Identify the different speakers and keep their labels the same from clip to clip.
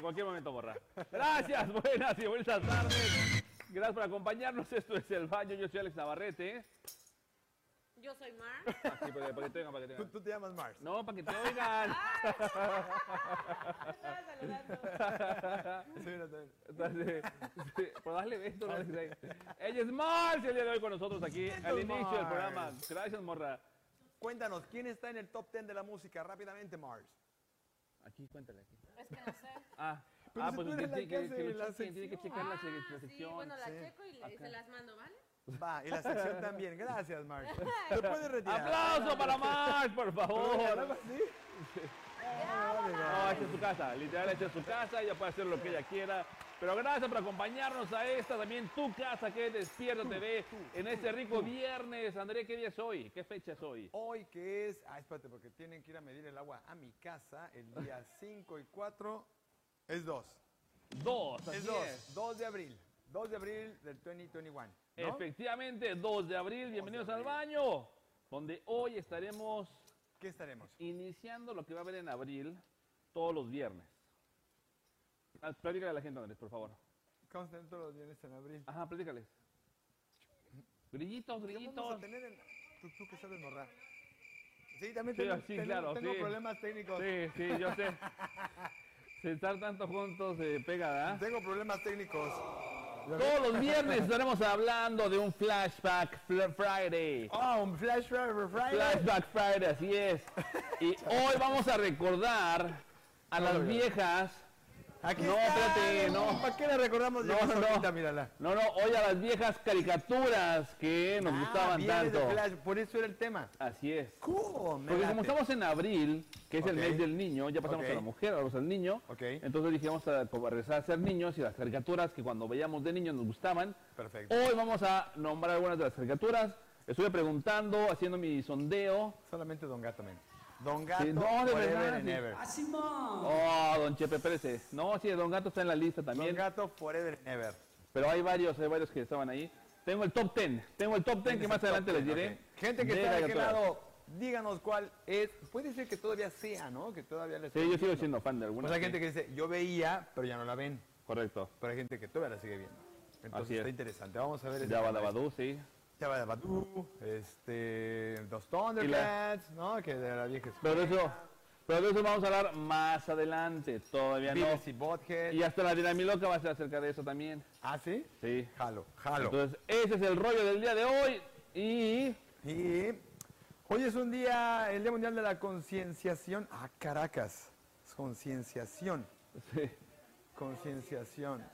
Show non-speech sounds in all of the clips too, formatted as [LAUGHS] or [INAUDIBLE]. Speaker 1: cualquier momento borra. Gracias, buenas y buenas tardes. Gracias por acompañarnos. Esto es El Baño. Yo soy Alex Navarrete.
Speaker 2: Yo soy Mar.
Speaker 1: Aquí, para, para que te oigan, para que te
Speaker 3: Tú,
Speaker 1: oigan.
Speaker 3: tú te
Speaker 1: [LAUGHS]
Speaker 3: llamas Mars.
Speaker 1: No, para que te oigan.
Speaker 2: Estaba saludando.
Speaker 3: Sí, mira, también.
Speaker 1: Entonces, sí, pero dale esto, no dice ahí. Ella es Marcia el día de hoy con nosotros aquí al inicio del
Speaker 3: Mars.
Speaker 1: programa. Gracias, morra.
Speaker 3: Cuéntanos, ¿quién está en el top 10 de la música? Rápidamente, Mars.
Speaker 1: Aquí, cuéntale aquí.
Speaker 2: Es que no sé.
Speaker 1: Ah,
Speaker 3: Pero
Speaker 1: ah,
Speaker 3: si
Speaker 1: pues
Speaker 3: tú eres la
Speaker 1: tiene
Speaker 3: que
Speaker 1: que,
Speaker 3: hace
Speaker 1: que lo
Speaker 3: la
Speaker 1: chequen, tiene que
Speaker 3: sección.
Speaker 1: checar la, se- la
Speaker 2: Ah, sí,
Speaker 1: sección.
Speaker 2: bueno, la
Speaker 3: sí.
Speaker 2: checo y le- se las mando, ¿vale?
Speaker 3: Va, y
Speaker 1: [LAUGHS]
Speaker 3: la sección también. Gracias, Mars. Te puedes retirar.
Speaker 1: ¡Aplauso para Marx, por
Speaker 3: ¿Algo
Speaker 1: favor!
Speaker 3: así?
Speaker 1: No, esta es su casa, literal, esta es su casa, ella puede hacer lo que ella quiera. Pero gracias por acompañarnos a esta también, tu casa, que es Despierta TV, en este rico viernes. André, ¿qué día es hoy? ¿Qué fecha es hoy?
Speaker 3: Hoy que es, ah, espérate, porque tienen que ir a medir el agua a mi casa el
Speaker 1: [LAUGHS]
Speaker 3: día 5 y 4, es 2.
Speaker 1: Dos, así
Speaker 3: Es 2, 2 de abril. 2 de abril del 2021. ¿no?
Speaker 1: Efectivamente, 2 de abril, bienvenidos al baño, donde hoy estaremos
Speaker 3: ¿Qué estaremos?
Speaker 1: iniciando lo que va a haber en abril todos los viernes. Ah, Platícale a la gente, Andrés, por favor.
Speaker 3: ¿Cómo están todos los viernes en abril?
Speaker 1: Ajá, platícales. Grillitos,
Speaker 3: ¿Qué vamos a
Speaker 1: grillitos.
Speaker 3: tener en... Tú, tú que sabes morrar. Sí, también
Speaker 1: Sí,
Speaker 3: tengo,
Speaker 1: sí,
Speaker 3: tengo-
Speaker 1: claro,
Speaker 3: tengo
Speaker 1: sí.
Speaker 3: problemas técnicos.
Speaker 1: Sí, sí, yo
Speaker 3: [LAUGHS]
Speaker 1: sé. Sentar tanto juntos se pega, ¿verdad?
Speaker 3: Tengo problemas técnicos.
Speaker 1: Todos los viernes estaremos hablando de un flashback Fl- Friday.
Speaker 3: Ah, un Flash Forever Friday.
Speaker 1: Flashback Friday, así es. Y
Speaker 3: [LAUGHS]
Speaker 1: hoy vamos a recordar a las viejas.
Speaker 3: Aquí
Speaker 1: No,
Speaker 3: está,
Speaker 1: espérate, no.
Speaker 3: ¿Para qué la recordamos?
Speaker 1: No,
Speaker 3: Llegó
Speaker 1: no, no.
Speaker 3: solita, mírala.
Speaker 1: No, no, hoy a las viejas caricaturas que nos gustaban
Speaker 3: Ah, viene de
Speaker 1: tanto.
Speaker 3: Flash, por eso era el tema.
Speaker 1: Así es.
Speaker 3: Cool, me
Speaker 1: Porque como
Speaker 3: late.
Speaker 1: estamos en abril, que es el
Speaker 3: Ok.
Speaker 1: mes del niño, ya pasamos
Speaker 3: Ok.
Speaker 1: a la mujer, ahora vamos al niño.
Speaker 3: Ok.
Speaker 1: Entonces dije, vamos a como, regresar a ser niños y las caricaturas que cuando veíamos de niños nos gustaban.
Speaker 3: Perfecto.
Speaker 1: Hoy vamos a nombrar algunas de las caricaturas. Estuve preguntando, haciendo mi sondeo.
Speaker 3: Solamente Don Gato, men. Don
Speaker 1: Oh.
Speaker 3: Gato,
Speaker 1: Sí, no, de
Speaker 3: forever
Speaker 1: verdad,
Speaker 3: and
Speaker 1: sí.
Speaker 3: ever.
Speaker 1: Oh, don Chepe Pérez. es. No, sí, don Gato está en la lista
Speaker 3: Don
Speaker 1: también.
Speaker 3: Gato, forever and ever.
Speaker 1: Pero hay varios, hay varios que estaban ahí. Tengo el top 10. Tengo el top 10 que más adelante les diré.
Speaker 3: Ok. Gente que
Speaker 1: de
Speaker 3: está de aquel
Speaker 1: caricaturas.
Speaker 3: lado, díganos cuál es. Puede ser que todavía sea, ¿no? Que todavía les...
Speaker 1: Sí, yo sigo siendo fan de algunos.
Speaker 3: Pues hay gente que dice, yo veía, pero ya no la ven.
Speaker 1: Correcto.
Speaker 3: Pero hay gente que todavía la sigue viendo. Entonces
Speaker 1: Así es.
Speaker 3: está interesante. Vamos a ver. ese tema.
Speaker 1: Yabadabadú, sí.
Speaker 3: Yabadabadú, este, los Thundercats, ¿no? Que de la vieja escuela.
Speaker 1: Pero de eso, pero de eso vamos a hablar más adelante. Todavía no.
Speaker 3: Beavis y Butthead.
Speaker 1: Y hasta la dinamiloca loca va a ser acerca de eso también.
Speaker 3: ¿Ah, sí?
Speaker 1: Sí.
Speaker 3: Jalo, jalo.
Speaker 1: Entonces, ese es el rollo del día de hoy. Y
Speaker 3: y hoy es un día, el Día Mundial de la Concienciación. Ah, Caracas. Es Concienciación.
Speaker 1: Sí.
Speaker 3: Concienciación.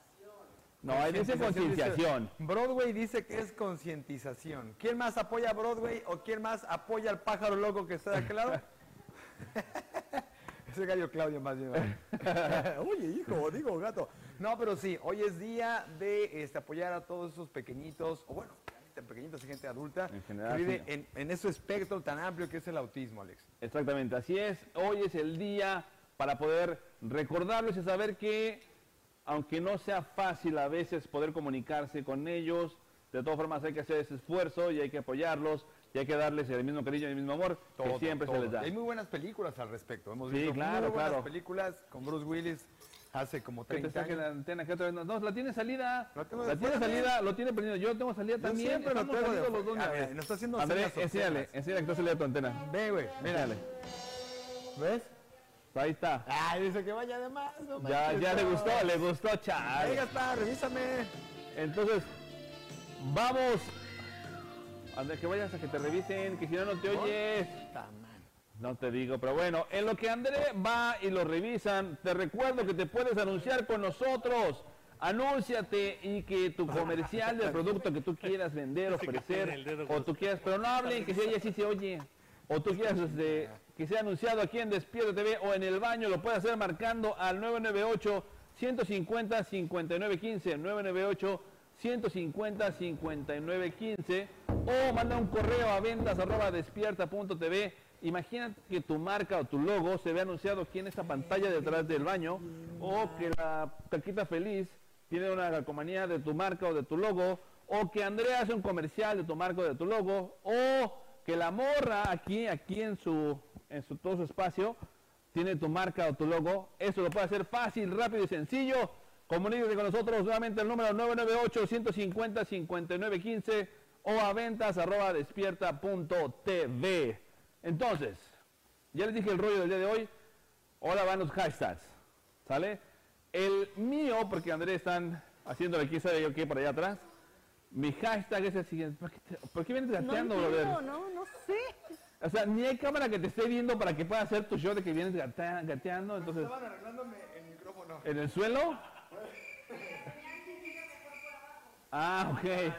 Speaker 1: No, ahí dice concienciación.
Speaker 3: dice- Broadway dice que es concientización. ¿Quién más apoya a Broadway o quién más apoya al pájaro loco que está de aquel lado? [LAUGHS] Ese gallo Claudio más bien. ¿verdad? [LAUGHS] Oye, hijo, digo gato. No, pero sí, hoy es día de este, apoyar a todos esos pequeñitos, o bueno, tan pequeñitos y gente adulta,
Speaker 1: En general,
Speaker 3: que vive
Speaker 1: sí.
Speaker 3: en, en ese espectro tan amplio que es el autismo, Alex.
Speaker 1: Exactamente, así es. Hoy es el día para poder recordarlos y saber que, aunque no sea fácil a veces poder comunicarse con ellos, de todas formas hay que hacer ese esfuerzo y hay que apoyarlos y hay que darles el mismo cariño y el mismo amor que
Speaker 3: Todo,
Speaker 1: siempre se
Speaker 3: todo.
Speaker 1: les da.
Speaker 3: Hay muy buenas películas al respecto. Hemos
Speaker 1: Sí,
Speaker 3: visto
Speaker 1: claro,
Speaker 3: muy buenas
Speaker 1: claro.
Speaker 3: películas con Bruce Willis hace como
Speaker 1: Que te
Speaker 3: 30
Speaker 1: saque
Speaker 3: años.
Speaker 1: la antena que otra vez no, no, la tiene salida.
Speaker 3: La tengo
Speaker 1: La
Speaker 3: después
Speaker 1: tiene
Speaker 3: también.
Speaker 1: salida, lo tiene prendido. Yo tengo salida también.
Speaker 3: siempre lo
Speaker 1: Estamos
Speaker 3: tengo
Speaker 1: salidos
Speaker 3: de-
Speaker 1: los dos
Speaker 3: A
Speaker 1: una
Speaker 3: ver,
Speaker 1: vez.
Speaker 3: nos está haciendo
Speaker 1: André,
Speaker 3: señas
Speaker 1: enséñale,
Speaker 3: obscenas.
Speaker 1: enséñale que tú salida tu antena.
Speaker 3: Ve, güey, mírale.
Speaker 1: Enséñale.
Speaker 3: ¿Ves?
Speaker 1: Ahí está.
Speaker 3: Ah, dice que vaya de más. No
Speaker 1: Ya,
Speaker 3: manches,
Speaker 1: ya le
Speaker 3: no.
Speaker 1: gustó, le gustó,
Speaker 3: Ahí
Speaker 1: chaval.
Speaker 3: está, revísame.
Speaker 1: Entonces, vamos. André, que vayas a que te revisen, que si no, no te oyes.
Speaker 3: Tamán.
Speaker 1: No te digo, pero bueno, en lo que André va y lo revisan, te recuerdo que te puedes anunciar con nosotros. Anúnciate y que tu comercial del producto que tú quieras vender, ofrecer, o tú quieras, pero no hablen, que si oye, sí se oye. O tú quieras este, que sea anunciado aquí en Despierta TV o en el baño, lo puedes hacer marcando al 998-150-5915, 998-150-5915, o manda un correo a ventas arroba despierta punto TV. Imagínate que tu marca o tu logo se ve anunciado aquí en esta pantalla detrás del baño, o que la caquita feliz tiene una calcomanía de tu marca o de tu logo, o que Andrea hace un comercial de tu marca o de tu logo, o que la morra aquí, aquí en su, en su todo su espacio, tiene tu marca o tu logo. Esto lo puede hacer fácil, rápido y sencillo. Comuníquese con nosotros nuevamente al número 998-150-5915 o a ventas arroba despierta punto TV. Entonces, ya les dije el rollo del día de hoy. Ahora van los hashtags. ¿Sale? El mío, porque Andrés están haciéndole quién sabe yo qué por allá atrás. Mi hashtag es el siguiente. ¿Por qué, te- por qué vienes
Speaker 4: No,
Speaker 1: gateando, brother?
Speaker 4: entiendo, no, no sé.
Speaker 1: O sea, ni hay cámara que te esté viendo para que pueda hacer tu show de que vienes gatea- gateando, entonces...
Speaker 3: Estaban arreglándome el micrófono.
Speaker 1: ¿En el suelo? Ah, ok. Te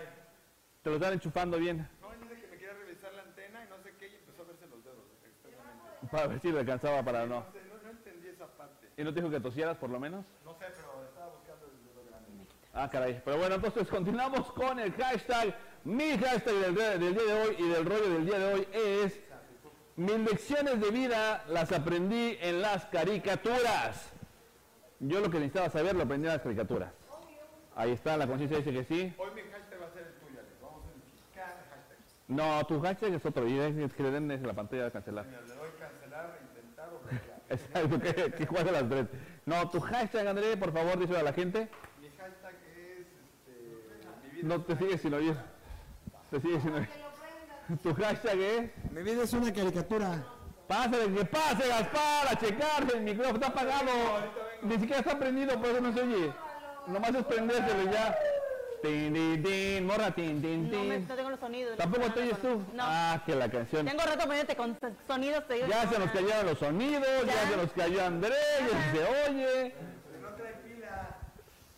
Speaker 1: lo están enchufando bien
Speaker 3: No, él dice que me quiere revisar la antena y no sé qué, y empezó a verse los dedos. extrañamente.
Speaker 1: para ver si le alcanzaba para no.
Speaker 3: No sé, No, no entendí esa parte.
Speaker 1: ¿Y no te dijo que tosieras por lo menos?
Speaker 3: No sé, pero estaba buscando el dedo grande.
Speaker 1: Ah, caray. Pero bueno, entonces continuamos con el hashtag. Mi hashtag del, re- del día de hoy y del rollo del día de hoy es... Mis lecciones de vida las aprendí en las caricaturas. Yo lo que necesitaba saber lo aprendí en las caricaturas. Ahí está, la conciencia dice que sí.
Speaker 3: Hoy mi hashtag va a ser el tuyo, Alex. Vamos a unificar hashtags.
Speaker 1: No, tu hashtag es otro. Y es que le den en la pantalla de cancelar.
Speaker 3: Mira, le doy cancelar, intentar o bloquear.
Speaker 1: Es algo que, que juega las tres. No, tu hashtag, André, por favor, díselo a la gente.
Speaker 3: Mi hashtag es este, mi vida.
Speaker 1: No te sigues sin oír. Te sigues sin oír. Tu hashtag es.
Speaker 5: Mi vida es una caricatura.
Speaker 1: Pásale, que pase, Gaspar, a checarse. El micrófono está apagado. Ni siquiera está prendido, por eso no se oye. Nomás es prendérselo y ya. Tin, tin, tin, morra, tin, tin,
Speaker 4: No, me-
Speaker 1: tin.
Speaker 4: no tengo los sonidos.
Speaker 1: Tampoco
Speaker 4: No,
Speaker 1: te
Speaker 4: no,
Speaker 1: oyes
Speaker 4: no,
Speaker 1: tú.
Speaker 4: No.
Speaker 1: Ah, que la canción.
Speaker 4: Tengo rato poniéndote con t- sonidos. Te digo,
Speaker 1: Ya
Speaker 4: no,
Speaker 1: se nos
Speaker 4: no.
Speaker 1: cayeron los sonidos, ya,
Speaker 4: Ya.
Speaker 1: se nos cayó Andrés, ya
Speaker 4: Ajá.
Speaker 1: se oye. Que no trae pila.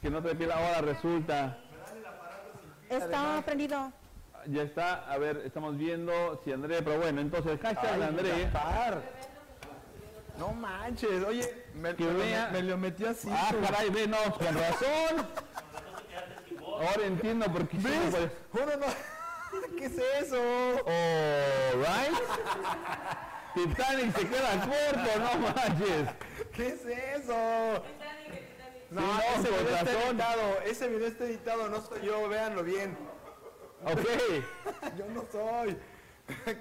Speaker 1: Que no trae pila ahora resulta.
Speaker 4: Está prendido.
Speaker 1: Ya está, a ver, estamos viendo si Andrés, pero bueno, entonces hashtag de Andrés.
Speaker 3: No manches, oye, me,
Speaker 1: Que
Speaker 3: me lo-
Speaker 1: vea.
Speaker 3: me lo metió así.
Speaker 1: Ah,
Speaker 3: tú.
Speaker 1: caray, ve, no, con razón. Ahora entiendo por qué. hicieron,
Speaker 3: ¿Ves?
Speaker 1: pues.
Speaker 3: Juro no. [LAUGHS] ¿Qué es eso?
Speaker 1: All right. Titanic se queda corto, no manches.
Speaker 3: ¿Qué es eso?
Speaker 1: Sí,
Speaker 3: No,
Speaker 1: no,
Speaker 3: ese
Speaker 1: con
Speaker 3: video está
Speaker 1: razón.
Speaker 3: editado, ese video está editado, no soy yo, véanlo bien.
Speaker 1: Ok.
Speaker 3: Yo no soy.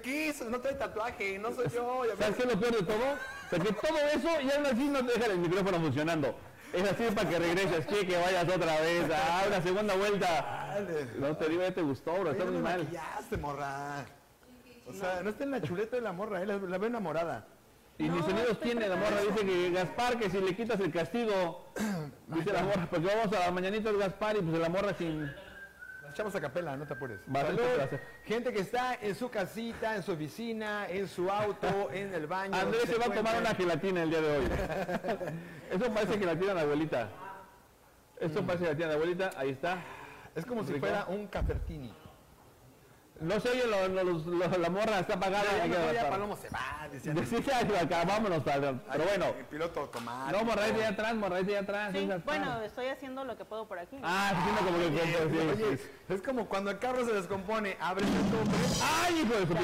Speaker 3: ¿Qué es? No trae tatuaje, no soy yo. ya
Speaker 1: ¿Sabes
Speaker 3: ves.
Speaker 1: qué es lo peor de todo? O sea, que todo eso y aún así no te dejan el micrófono funcionando. Es así para que regreses, che, que vayas otra vez, a una segunda vuelta.
Speaker 3: Dale.
Speaker 1: No te digo, ya te gustó, bro, está
Speaker 3: Ya
Speaker 1: muy
Speaker 3: me
Speaker 1: mal.
Speaker 3: maquillaste, morra. O sea, no está en la chuleta de la morra, eh, la, la veo enamorada.
Speaker 1: Y ni
Speaker 4: No,
Speaker 1: sonidos
Speaker 4: estoy
Speaker 1: tiene, la morra dice que Gaspar, que si le quitas el castigo, dice la morra, porque vamos a la mañanita del Gaspar y pues la morra sin...
Speaker 3: Las chavas a capela, no te apures.
Speaker 1: Va,
Speaker 3: Salud.
Speaker 1: ahorita te lo hace.
Speaker 3: Gente que está en su casita, en su oficina, en su
Speaker 1: [LAUGHS]
Speaker 3: auto, en el baño.
Speaker 1: Andrés se va a tomar
Speaker 3: encuentra-
Speaker 1: una gelatina el día
Speaker 4: [LAUGHS]
Speaker 1: de hoy. Eso parece gelatina de la abuelita. Eso parece gelatina de la abuelita, ahí está.
Speaker 3: Es como si
Speaker 1: Rico.
Speaker 3: fuera un cafetini.
Speaker 1: No se oye, lo- lo- los- lo- la morra está apagada.
Speaker 3: Ya, ya
Speaker 1: hay que
Speaker 3: no, ya
Speaker 1: avanzar.
Speaker 3: Palomo se va, decía.
Speaker 1: [LAUGHS] Sí, ya, ya, acá, vámonos, padrón. pero bueno.
Speaker 3: El piloto automático.
Speaker 1: No, morrete de atrás, morrete de atrás.
Speaker 4: Sí,
Speaker 1: es Gaspar.
Speaker 4: bueno, estoy haciendo lo que puedo por aquí.
Speaker 1: Ah, haciendo como que...
Speaker 3: Oye,
Speaker 1: sí, sí,
Speaker 3: oye,
Speaker 1: sí.
Speaker 3: es como cuando el carro se descompone, abres el cofre.
Speaker 1: ¡Ay, hijo de su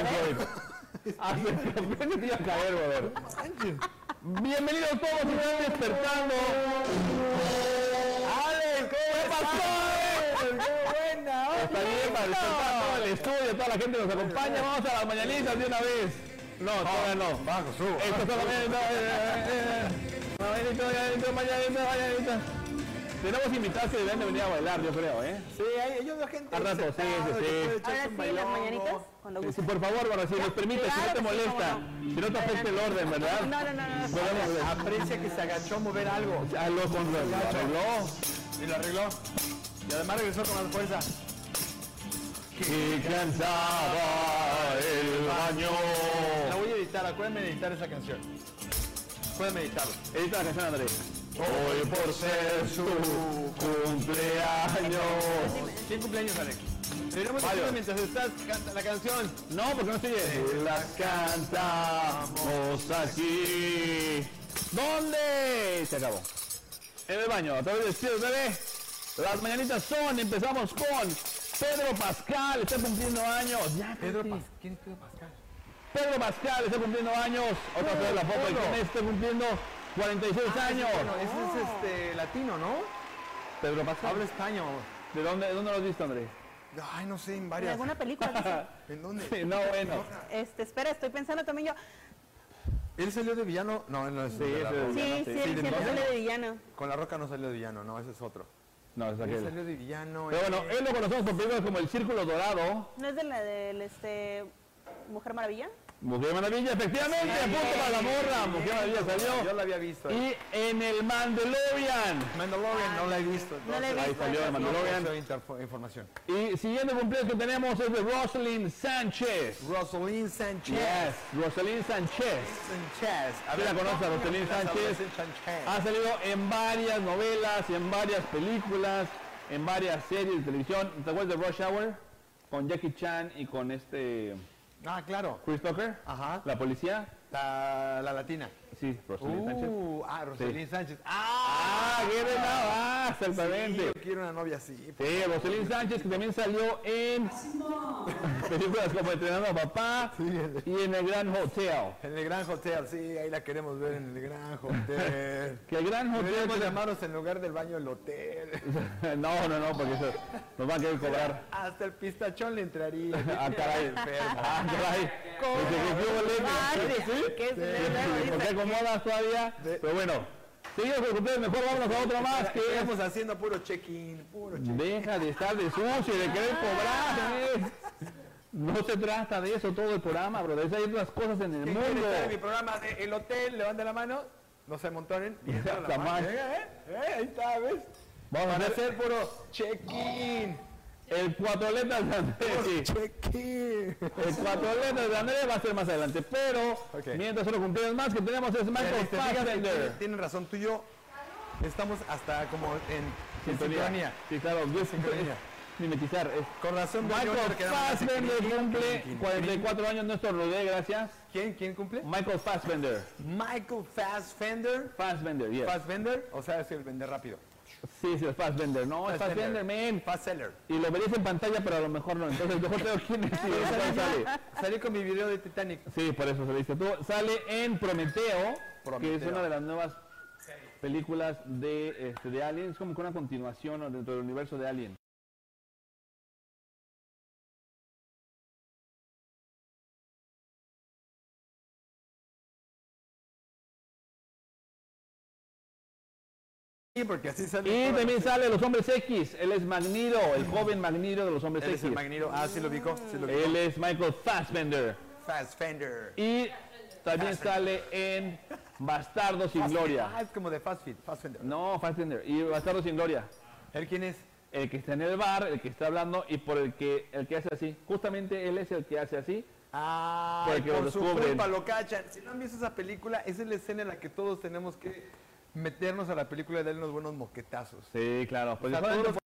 Speaker 1: pinche Apenas te iba a caer, brother. Bienvenidos todos, se están despertando. ¡Alex, ¿qué pasó? eh?
Speaker 3: buena!
Speaker 1: Está bien, para despertar todo el estudio, toda la gente que nos acompaña. Vamos a las mañanitas de una vez. No, todavía no.
Speaker 3: Bajo, subo.
Speaker 1: Esto es la mañanita, eh, eh, eh. Mañanita, mañanita, mañanita, mañanita. Tenemos invitados que deben de venir a bailar, yo creo, ¿eh?
Speaker 3: Sí, hay, yo veo gente.
Speaker 1: Al rato, sí,
Speaker 3: sentada,
Speaker 1: sí,
Speaker 3: que
Speaker 1: sí.
Speaker 3: puede echarse
Speaker 4: Ahora
Speaker 3: un
Speaker 4: sí, las
Speaker 3: bailongo.
Speaker 4: mañanitas, cuando
Speaker 1: Sí,
Speaker 4: guste.
Speaker 1: por favor, bueno, si nos permite, si no
Speaker 4: claro
Speaker 1: te
Speaker 4: que sí,
Speaker 1: molesta,
Speaker 4: cómo no.
Speaker 1: si no te afecta el orden, ¿verdad?
Speaker 4: No, no, no, no. no.
Speaker 1: Podemos ver.
Speaker 3: Aprecia que se agachó a mover algo.
Speaker 1: Ya lo con- lo arregló.
Speaker 3: Y lo arregló. Y además regresó con más fuerza.
Speaker 1: Y cansaba el
Speaker 3: La
Speaker 1: baño.
Speaker 3: voy a editar, acuérdenme de editar esa canción. Acuérdenme editarlo.
Speaker 1: Edita la canción, Andrés. Hoy por ser su cumpleaños.
Speaker 3: ¿Quién cumpleaños, Alex? Deberíamos
Speaker 1: Mario.
Speaker 3: decirlo mientras estás canta la canción.
Speaker 1: No, porque no se oye. Las cantamos así. ¿Dónde? Se acabó. En el baño, a través de Estilo Bebé. Las mañanitas son, empezamos con Pedro Pascal, está cumpliendo años. Ya, cállate.
Speaker 3: ¿Quién es Pedro Pascal?
Speaker 1: Pedro Pascal está cumpliendo años. Otra vez la foto de
Speaker 3: Pedro.
Speaker 1: quién es, está cumpliendo 46 años.
Speaker 3: Bueno, ese es este latino, ¿no?
Speaker 1: Pedro Pascal.
Speaker 3: Habla español.
Speaker 1: ¿De dónde, de dónde lo has visto, André?
Speaker 3: Ay, no sé, en
Speaker 4: En
Speaker 1: [LAUGHS]
Speaker 3: varias.
Speaker 4: alguna película. dice.
Speaker 3: ¿En dónde?
Speaker 1: Sí, no, bueno.
Speaker 4: Este, espera, estoy pensando también yo.
Speaker 3: ¿Él salió de villano? No, él no es
Speaker 1: Sí,
Speaker 3: de la
Speaker 1: ese es
Speaker 3: Roca.
Speaker 1: villano.
Speaker 4: Sí,
Speaker 1: Sí,
Speaker 4: sí,
Speaker 1: sí,
Speaker 4: él siempre
Speaker 1: entonces-
Speaker 4: sale de villano.
Speaker 3: Con la roca no salió de villano, no, ese es otro.
Speaker 1: No, es
Speaker 3: Él
Speaker 1: aquel.
Speaker 3: salió de villano.
Speaker 1: Pero
Speaker 3: él-
Speaker 1: bueno, él lo conocemos por películas como El Círculo Dorado,
Speaker 4: ¿No es de la del este Mujer Maravilla?
Speaker 1: Mujer Maravilla, efectivamente, punto para la morra, Mujer Maravilla
Speaker 3: Yo
Speaker 1: salió.
Speaker 3: la había visto. ahí.
Speaker 1: Y en el Mandalorian.
Speaker 3: Mandalorian no la he visto.
Speaker 4: No la he
Speaker 3: entonces,
Speaker 1: Ahí
Speaker 4: visto.
Speaker 1: salió de
Speaker 4: esa, sí.
Speaker 1: Mandalorian.
Speaker 3: Eso es interfo- información.
Speaker 1: Y siguiente cumpleaños que tenemos es de Rosalind Sánchez.
Speaker 3: Rosalind Sanchez.
Speaker 1: Yes, Rosalind Sánchez.
Speaker 3: Sanchez. A
Speaker 1: Sí la conoce,
Speaker 3: ¿cómo
Speaker 1: Rosalind
Speaker 3: llamas a Ah,
Speaker 1: Sánchez?
Speaker 3: Rosalind Sanchez?
Speaker 1: Ha salido en varias novelas, en varias películas, en varias series de televisión. ¿Te acuerdas de Rush Hour? Con Jackie Chan y con este
Speaker 3: Ah, claro.
Speaker 1: Chris Tucker.
Speaker 3: Ajá.
Speaker 1: La policía.
Speaker 3: La, la latina.
Speaker 1: Sí, Rosalind Sánchez.
Speaker 3: Uh, ah, Rosalind Sánchez.
Speaker 1: Ah,
Speaker 3: Ah,
Speaker 1: qué de nada, ah,
Speaker 3: Sí,
Speaker 1: exactamente.
Speaker 3: yo quiero una novia así.
Speaker 1: Sí, Rosalind Sánchez que también salió en [LAUGHS] películas como Entrenando a Papá y en El Gran Hotel.
Speaker 3: En el Gran Hotel, sí, ahí la queremos ver en
Speaker 1: [LAUGHS]
Speaker 3: el Gran Hotel.
Speaker 1: Que el Gran Hotel...
Speaker 3: Deberíamos llamarnos en lugar del baño
Speaker 1: [LAUGHS]
Speaker 3: del hotel.
Speaker 1: No, no, no, porque eso nos van a querer cobrar.
Speaker 3: Hasta el pistachón le entraría.
Speaker 1: Ah, caray,
Speaker 3: enfermo.
Speaker 1: Ah, caray. Dice que qué boleta. ¿Sí?
Speaker 4: ¿Qué es
Speaker 1: Sí, ¿Por qué acomodas todavía? Pero bueno, seguimos con el cumpleaños, mejor vámonos a otro más que es-
Speaker 3: Estamos haciendo puro check-in, puro check-in.
Speaker 1: Deja de estar de sucio y de querer
Speaker 3: Ah.
Speaker 1: cobrar. ¿eh? No se trata de eso todo el programa, brother. Hay otras cosas en el
Speaker 3: ¿Quién quiere
Speaker 1: mundo.
Speaker 3: estar en mi programa de El Hotel, levanta la mano. No se amontonen. Y levanta
Speaker 1: [LAUGHS]
Speaker 3: la
Speaker 1: La
Speaker 3: mano.
Speaker 1: mano.
Speaker 3: Eh, eh, eh, ahí está, ¿ves?
Speaker 1: Vamos
Speaker 3: Van
Speaker 1: a
Speaker 3: a
Speaker 1: hacer
Speaker 3: hacer puro check-in.
Speaker 1: el cuatoleta de Andrés. sí.
Speaker 3: Check-in.
Speaker 1: El cuatoleta de Andrés va a ser más adelante. Pero
Speaker 3: Ok.
Speaker 1: mientras solo cumpleaños más que tenemos es Michael
Speaker 3: Este, fíjate,
Speaker 1: Fassbender.
Speaker 3: tiene- Tienen razón, tú y yo estamos hasta como en, en sintonía.
Speaker 1: Sí, claro, yo
Speaker 3: Sintonía.
Speaker 1: es Mimetizar. es-
Speaker 3: Con razón, de
Speaker 1: Michael
Speaker 3: Joker, quedamos así,
Speaker 1: Fassbender
Speaker 3: crin,
Speaker 1: cumple
Speaker 3: crin, crin,
Speaker 1: 44 años, nuestro rodé, gracias.
Speaker 3: crin. ¿Quién, ¿Quién cumple?
Speaker 1: Michael Fassbender.
Speaker 3: Michael Fassbender.
Speaker 1: Fassbender, yes.
Speaker 3: Fassbender, o sea, es el vender rápido.
Speaker 1: sí, sí, es Fassbender. No, es Fassbender,
Speaker 3: Fassbender.
Speaker 1: man.
Speaker 3: Fastseller.
Speaker 1: Y lo veréis en pantalla, pero a lo mejor no. Entonces, mejor tengo quién
Speaker 3: [LAUGHS]
Speaker 1: es y eso no sale.
Speaker 3: Salí con mi video de Titanic.
Speaker 1: Sí, por eso se lo dice tú. Sale en Prometeo, que es
Speaker 3: Prometeo.
Speaker 1: una de las nuevas películas de, este, de Alien. Es como que una continuación ¿no? dentro del universo de Alien.
Speaker 3: Sí, porque así sale.
Speaker 1: Y
Speaker 3: todo.
Speaker 1: también sale Los Hombres X. Él es Magneto, el joven Magneto de Los Hombres
Speaker 3: Él es
Speaker 1: X.
Speaker 3: el Magneto. Ah, sí lo ubicó. Sí lo ubicó.
Speaker 1: Él es Michael Fassbender.
Speaker 3: Fassbender.
Speaker 1: Y también sale en Bastardo sin Gloria.
Speaker 3: Ah, es como de Fast Feed. Fassbender.
Speaker 1: No, Fassbender. Y Bastardo sin Gloria.
Speaker 3: ¿Él quién es?
Speaker 1: El que está en el bar, el que está hablando y por el que el que hace así. Justamente él es el que hace así.
Speaker 3: Ah,
Speaker 1: Porque lo
Speaker 3: por su
Speaker 1: descubren.
Speaker 3: culpa lo cachan. Si no han visto esa película, esa es la escena en la que todos tenemos que meternos a la película y darle unos buenos moquetazos.
Speaker 1: Sí, claro.
Speaker 3: O
Speaker 1: Pues
Speaker 3: sea,
Speaker 1: solamente
Speaker 3: todos-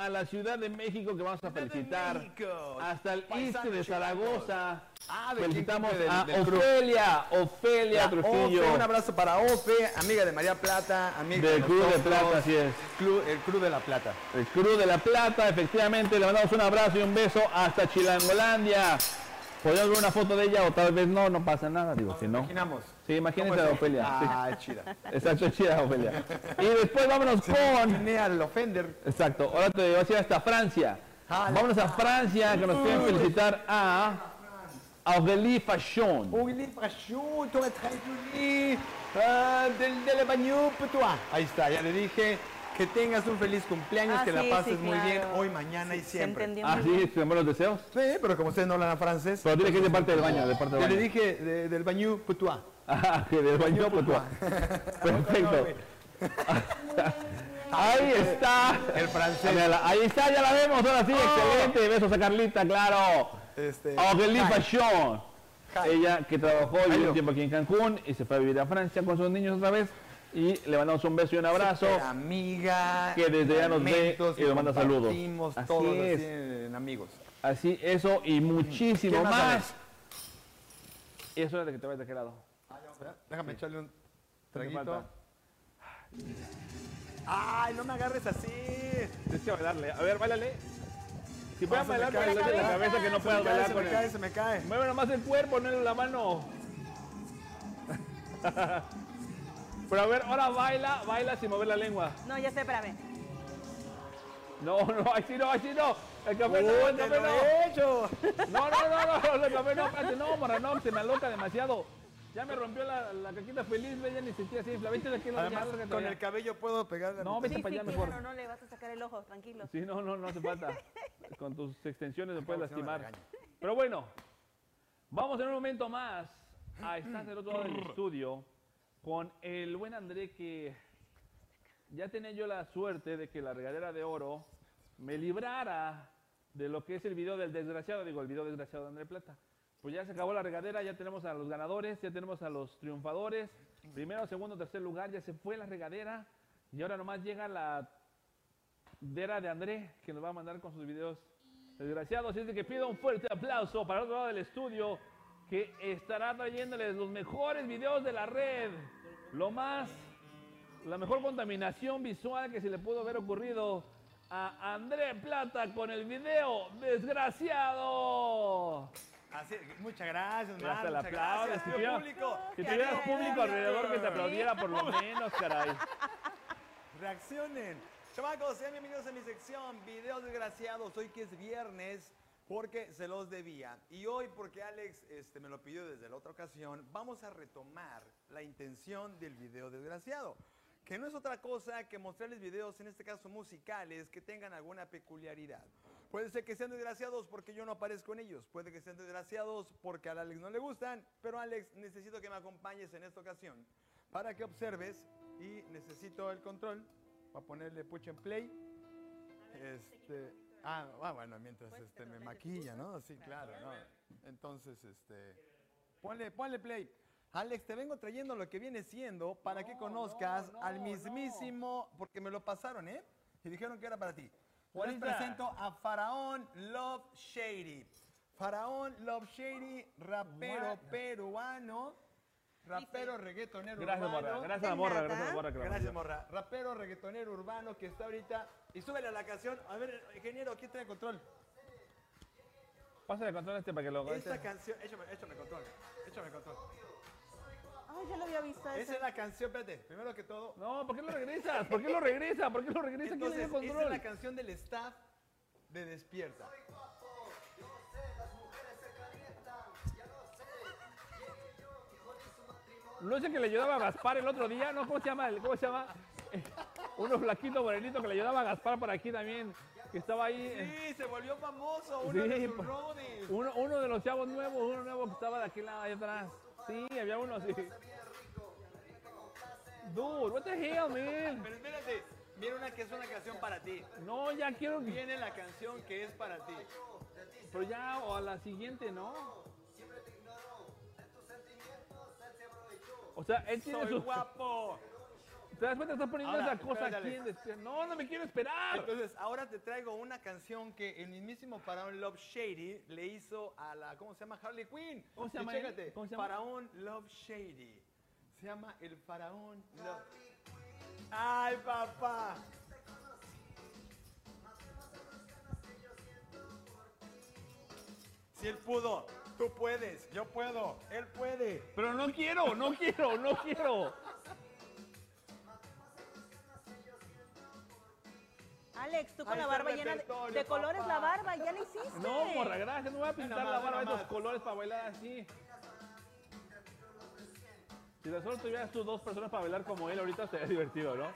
Speaker 1: a la Ciudad de México que vamos a felicitar. Hasta el este de Zaragoza.
Speaker 3: Ah, ¿de quién
Speaker 1: Felicitamos
Speaker 3: cumple del-
Speaker 1: a
Speaker 3: del crew?
Speaker 1: Ofelia, Ofelia
Speaker 3: La
Speaker 1: Trujillo.
Speaker 3: Ofe, un abrazo para Ofe, amiga de María Plata, amiga
Speaker 1: Del Club de
Speaker 3: nosotros,
Speaker 1: Plata, así es.
Speaker 3: Club- el Club de la Plata.
Speaker 1: El Cruz de la Plata, efectivamente, le mandamos un abrazo y un beso hasta Chilangolandia. Podríamos ver una foto de ella o tal vez no, no pasa nada, digo, si no.
Speaker 3: Imaginamos.
Speaker 1: Sí, imagínense a
Speaker 3: ¿Cómo es?
Speaker 1: Ofelia.
Speaker 3: Ah, chida.
Speaker 1: sí. Exacto, chida Ofelia. Y después vámonos con...
Speaker 3: Tiene al Offender.
Speaker 1: Exacto, ahora te vas a ir hasta Francia.
Speaker 3: Ah, la-
Speaker 1: Vámonos a Francia, que nos quieren felicitar a... Aurélie Fashion.
Speaker 3: Oh, il est frachou, toi, très joli. Ah, del, del baño, toi. Ahí está, ya le dije. Que tengas un feliz cumpleaños,
Speaker 4: Ah,
Speaker 3: que la
Speaker 4: sí,
Speaker 3: pases
Speaker 4: sí,
Speaker 3: muy bien
Speaker 4: claro.
Speaker 3: hoy, mañana y
Speaker 4: Se
Speaker 3: siempre.
Speaker 4: entendió
Speaker 1: Ah,
Speaker 4: muy bien.
Speaker 1: sí, tenemos los deseos.
Speaker 3: Sí, pero como ustedes no hablan francés,
Speaker 1: Pero dile que es de parte del baño, de parte del
Speaker 3: ya le
Speaker 1: baño.
Speaker 3: dije de- del baño, putua.
Speaker 1: [LAUGHS] Ah, que del baño, pues, tú. Perfecto. Ahí está.
Speaker 3: El
Speaker 1: Ah,
Speaker 3: francés.
Speaker 1: mírala, ahí está, ya la
Speaker 3: Oh.
Speaker 1: vemos, ahora sí, excelente. Besos a Carlita, claro.
Speaker 3: Este,
Speaker 1: Aurelie
Speaker 3: ay,
Speaker 1: Fashion. Ella que trabajó y
Speaker 3: Jairo.
Speaker 1: un tiempo aquí en Cancún y se fue a vivir a Francia con sus niños otra vez. Y le mandamos un beso y un abrazo.
Speaker 3: Súper Amiga.
Speaker 1: que desde ya nos ve
Speaker 3: momentos
Speaker 1: y nos manda saludos.
Speaker 3: compartimos
Speaker 1: Así
Speaker 3: todos
Speaker 1: es.
Speaker 3: así en amigos.
Speaker 1: Así, eso y muchísimo
Speaker 3: ¿Qué más,
Speaker 1: más. Eso era de que te vayas de aquel lado.
Speaker 3: Déjame echarle un
Speaker 1: falta.
Speaker 3: traguito. Ay, no me agarres así.
Speaker 1: Tienes que bailarle. A ver, bailale. Si
Speaker 3: Ah,
Speaker 1: puedes
Speaker 3: se me
Speaker 1: bailar,
Speaker 3: cae,
Speaker 1: bailale
Speaker 3: se
Speaker 1: la
Speaker 3: me cae.
Speaker 1: cabeza que no
Speaker 3: Se
Speaker 1: puedas
Speaker 3: me cae,
Speaker 1: bailar
Speaker 3: se
Speaker 1: con
Speaker 3: me cae,
Speaker 1: él.
Speaker 3: se me cae.
Speaker 1: Mueve nomás el cuerpo, no la [LAUGHS] mano. Pero a ver, ahora baila, baila sin mover la lengua.
Speaker 4: No, ya sé, espérame.
Speaker 1: No, no, así no, así no. El café no,
Speaker 3: Uy,
Speaker 1: el
Speaker 3: te
Speaker 1: café
Speaker 3: lo he hecho.
Speaker 1: [LAUGHS] no. No, no, no, no, el café no, espérate, [LAUGHS] no, morra, no, se me aloca demasiado. Ya me rompió la, la caquita feliz, ve, ya ni sentí así. La viste de aquí, la
Speaker 3: Además,
Speaker 1: ya, lárgate
Speaker 3: con
Speaker 1: allá.
Speaker 3: el cabello puedo pegarle. a
Speaker 1: No,
Speaker 3: mi-
Speaker 1: vete
Speaker 4: Sí,
Speaker 1: para
Speaker 4: sí,
Speaker 1: allá
Speaker 4: sí,
Speaker 1: mejor.
Speaker 4: no, no le vas a sacar el ojo, tranquilo.
Speaker 1: Sí, no, no, no hace falta.
Speaker 4: [LAUGHS]
Speaker 1: Con tus extensiones se puede
Speaker 3: Por favor, si no me
Speaker 1: lastimar.
Speaker 3: regaña.
Speaker 1: Pero bueno, vamos en un momento más a estar del otro lado del estudio con el buen André que ya tenía yo la suerte de que la regadera de oro me librara de lo que es el video del desgraciado, digo, el video desgraciado de André Plata. Pues ya se acabó la regadera, ya tenemos a los ganadores, ya tenemos a los triunfadores. Primero, segundo, tercer lugar, ya se fue la regadera. Y ahora nomás llega la Dera de André, que nos va a mandar con sus videos desgraciados. Así es de que pido un fuerte aplauso para el otro lado del estudio, que estará trayéndoles los mejores videos de la red. Lo más, la mejor contaminación visual que se le pudo haber ocurrido a André Plata con el video desgraciado.
Speaker 3: Así, muchas gracias,
Speaker 1: Ya
Speaker 3: Mar,
Speaker 1: hasta el
Speaker 3: muchas
Speaker 1: aplaudo,
Speaker 3: gracias,
Speaker 1: si
Speaker 3: tío
Speaker 1: yo-
Speaker 3: público.
Speaker 1: Que tuvieras público alrededor que te aplaudiera por lo menos,
Speaker 3: [LAUGHS]
Speaker 1: caray.
Speaker 3: Reaccionen. Chamacos, sean bienvenidos a mi sección Videos Desgraciados. Hoy que es viernes, porque se los debía. Y hoy, porque Alex este, me lo pidió desde la otra ocasión, vamos a retomar la intención del video desgraciado. Que no es otra cosa que mostrarles videos, en este caso musicales, que tengan alguna peculiaridad. Puede ser que sean desgraciados porque yo no aparezco en ellos. Puede que sean desgraciados porque a Alex no le gustan. Pero Alex, necesito que me acompañes en esta ocasión para que observes y necesito el control para ponerle push and play. Este, ah, ah, bueno, mientras este, me maquilla, ¿no? Sí, claro, ¿no? Entonces, este, ponle, ponle play. Alex, te vengo trayendo lo que viene siendo para que conozcas al mismísimo, porque me lo pasaron, ¿eh? Y dijeron que era para ti. Les
Speaker 1: Juanita.
Speaker 3: presento a Faraón Love Shady. Faraón Love Shady, rapero peruano, rapero reggaetonero
Speaker 1: Gracias,
Speaker 3: urbano.
Speaker 1: morra. Gracias a la morra, gracias a la morra. que la
Speaker 3: Gracias,
Speaker 1: mandó.
Speaker 3: morra. Rapero, reggaetonero urbano que está ahorita. Y súbele a la canción. A ver, ingeniero, ¿quién trae control?
Speaker 1: Pásale el control a este para que lo...
Speaker 3: Esta canción. Échame, échame control. Échame control.
Speaker 4: Ay, yo lo había visto
Speaker 3: Esa
Speaker 4: ese.
Speaker 3: es la canción, espérate. Primero que todo.
Speaker 1: No, ¿por qué lo regresas? ¿Por qué lo regresas? ¿Por qué lo regresas? ¿Quién le dio
Speaker 3: Entonces, esa es
Speaker 1: control?
Speaker 3: la canción del staff de Despierta.
Speaker 1: No es el que le ayudaba a Gaspar el otro día, ¿no? ¿Cómo se llama? el- ¿Cómo se
Speaker 3: [LAUGHS]
Speaker 1: llama? Eh, Uno flaquito morenito que le ayudaba a Gaspar por aquí también, que estaba ahí. eh,
Speaker 3: Sí, se volvió famoso. Uno
Speaker 1: Sí,
Speaker 3: de sus
Speaker 1: por-
Speaker 3: roadies.
Speaker 1: Uno, uno de los chavos nuevos, uno nuevo que estaba de aquel lado ahí atrás. Sí, había uno así. Dude, what the hell, man?
Speaker 3: Pero espérate. Mira una que es una canción para ti.
Speaker 1: No, ya quiero que...
Speaker 3: Viene la canción que es para ti.
Speaker 1: Pero ya, o a la siguiente, ¿no? O sea, él tiene
Speaker 3: Soy
Speaker 1: su...
Speaker 3: guapo.
Speaker 1: ¿Te das cuenta? Estás poniendo
Speaker 3: Ahora,
Speaker 1: esa cosa
Speaker 3: espérate,
Speaker 1: aquí en despe- No, no me quiero esperar.
Speaker 3: Entonces, ahora te traigo una canción que el mismísimo Faraón Love Shady le hizo a la, ¿cómo se llama? Harley Quinn.
Speaker 1: ¿Cómo se
Speaker 3: Y
Speaker 1: llama él?
Speaker 3: chécate,
Speaker 1: ¿Cómo se llama?
Speaker 3: Faraón Love Shady. Se llama el Faraón Love. ¡Ay, papá! Si él pudo, tú puedes, yo puedo, él puede.
Speaker 1: Pero no quiero, no quiero, no quiero.
Speaker 4: Alex, tú con
Speaker 3: Ahí
Speaker 4: la
Speaker 3: está el
Speaker 4: barba llena de,
Speaker 3: repertorio,
Speaker 4: de colores
Speaker 3: papá.
Speaker 4: la barba, ya la hiciste.
Speaker 1: No, morra, gracias. No voy a pintar
Speaker 3: nomás,
Speaker 1: la
Speaker 3: ve
Speaker 1: barba de
Speaker 3: nomás.
Speaker 1: esos colores para bailar así. Si tan solo tuvieras tú dos personas para bailar como él, ahorita sería divertido, ¿no?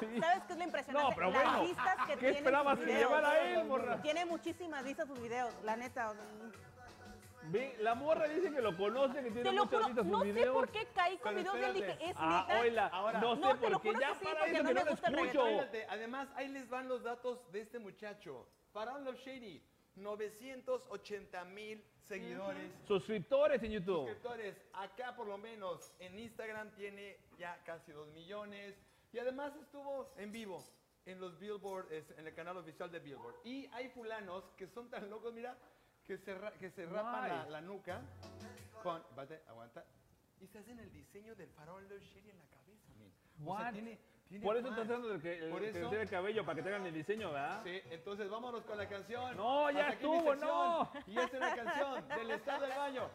Speaker 1: Sí.
Speaker 4: ¿Sabes qué es lo impresionante?
Speaker 1: No, pero
Speaker 4: Las
Speaker 1: bueno,
Speaker 4: vistas que
Speaker 1: ¿qué
Speaker 4: tiene
Speaker 1: esperabas
Speaker 4: sus
Speaker 1: que
Speaker 4: videos.
Speaker 1: llevara él, morra?
Speaker 4: Tiene muchísimas vistas sus videos, la neta. o sea,
Speaker 1: Ve, la morra dice que lo conoce, que tiene
Speaker 4: Te lo
Speaker 1: muchas
Speaker 4: juro,
Speaker 1: vistas
Speaker 4: no
Speaker 1: sus
Speaker 4: sé
Speaker 1: videos.
Speaker 4: por qué caí con
Speaker 3: Pero
Speaker 4: videos de él. Dije,
Speaker 3: espérate.
Speaker 4: es
Speaker 1: Ah,
Speaker 4: neta.
Speaker 1: hola,
Speaker 3: Ahora,
Speaker 1: no sé
Speaker 4: no, te
Speaker 1: por
Speaker 4: lo
Speaker 1: qué.
Speaker 4: juro
Speaker 1: Ya
Speaker 4: que sí,
Speaker 1: para
Speaker 4: porque
Speaker 1: eso
Speaker 4: no
Speaker 1: que
Speaker 4: me
Speaker 1: no lo
Speaker 4: gusta el
Speaker 1: escucho.
Speaker 4: reggaetón.
Speaker 3: Espérate, Además, ahí les van los datos de este muchacho. Faraón Love Shady 980 mil seguidores.
Speaker 1: Suscriptores en YouTube.
Speaker 3: suscriptores. Acá por lo menos en Instagram tiene ya casi 2 millones. Y además estuvo en vivo en los Billboard, es- en el canal oficial de Billboard. Y hay fulanos que son tan locos, mira, que se, ra- que se rapan la,
Speaker 1: Guay.
Speaker 3: la nuca. Con, espérate, aguanta. Y se hacen el diseño del farol de Sherry en la cabeza, men. O sea,
Speaker 1: What?
Speaker 3: tiene- tiene
Speaker 1: Por eso
Speaker 3: fans.
Speaker 1: estás dando el que el,
Speaker 3: Por
Speaker 1: que
Speaker 3: eso-
Speaker 1: tiene el cabello para que tengan el diseño, ¿verdad?
Speaker 3: Sí, entonces vámonos con la canción.
Speaker 1: No, ya
Speaker 3: Hasta aquí mi
Speaker 1: estuvo,
Speaker 3: sección.
Speaker 1: no.
Speaker 3: Y esta es la canción del estado del baño.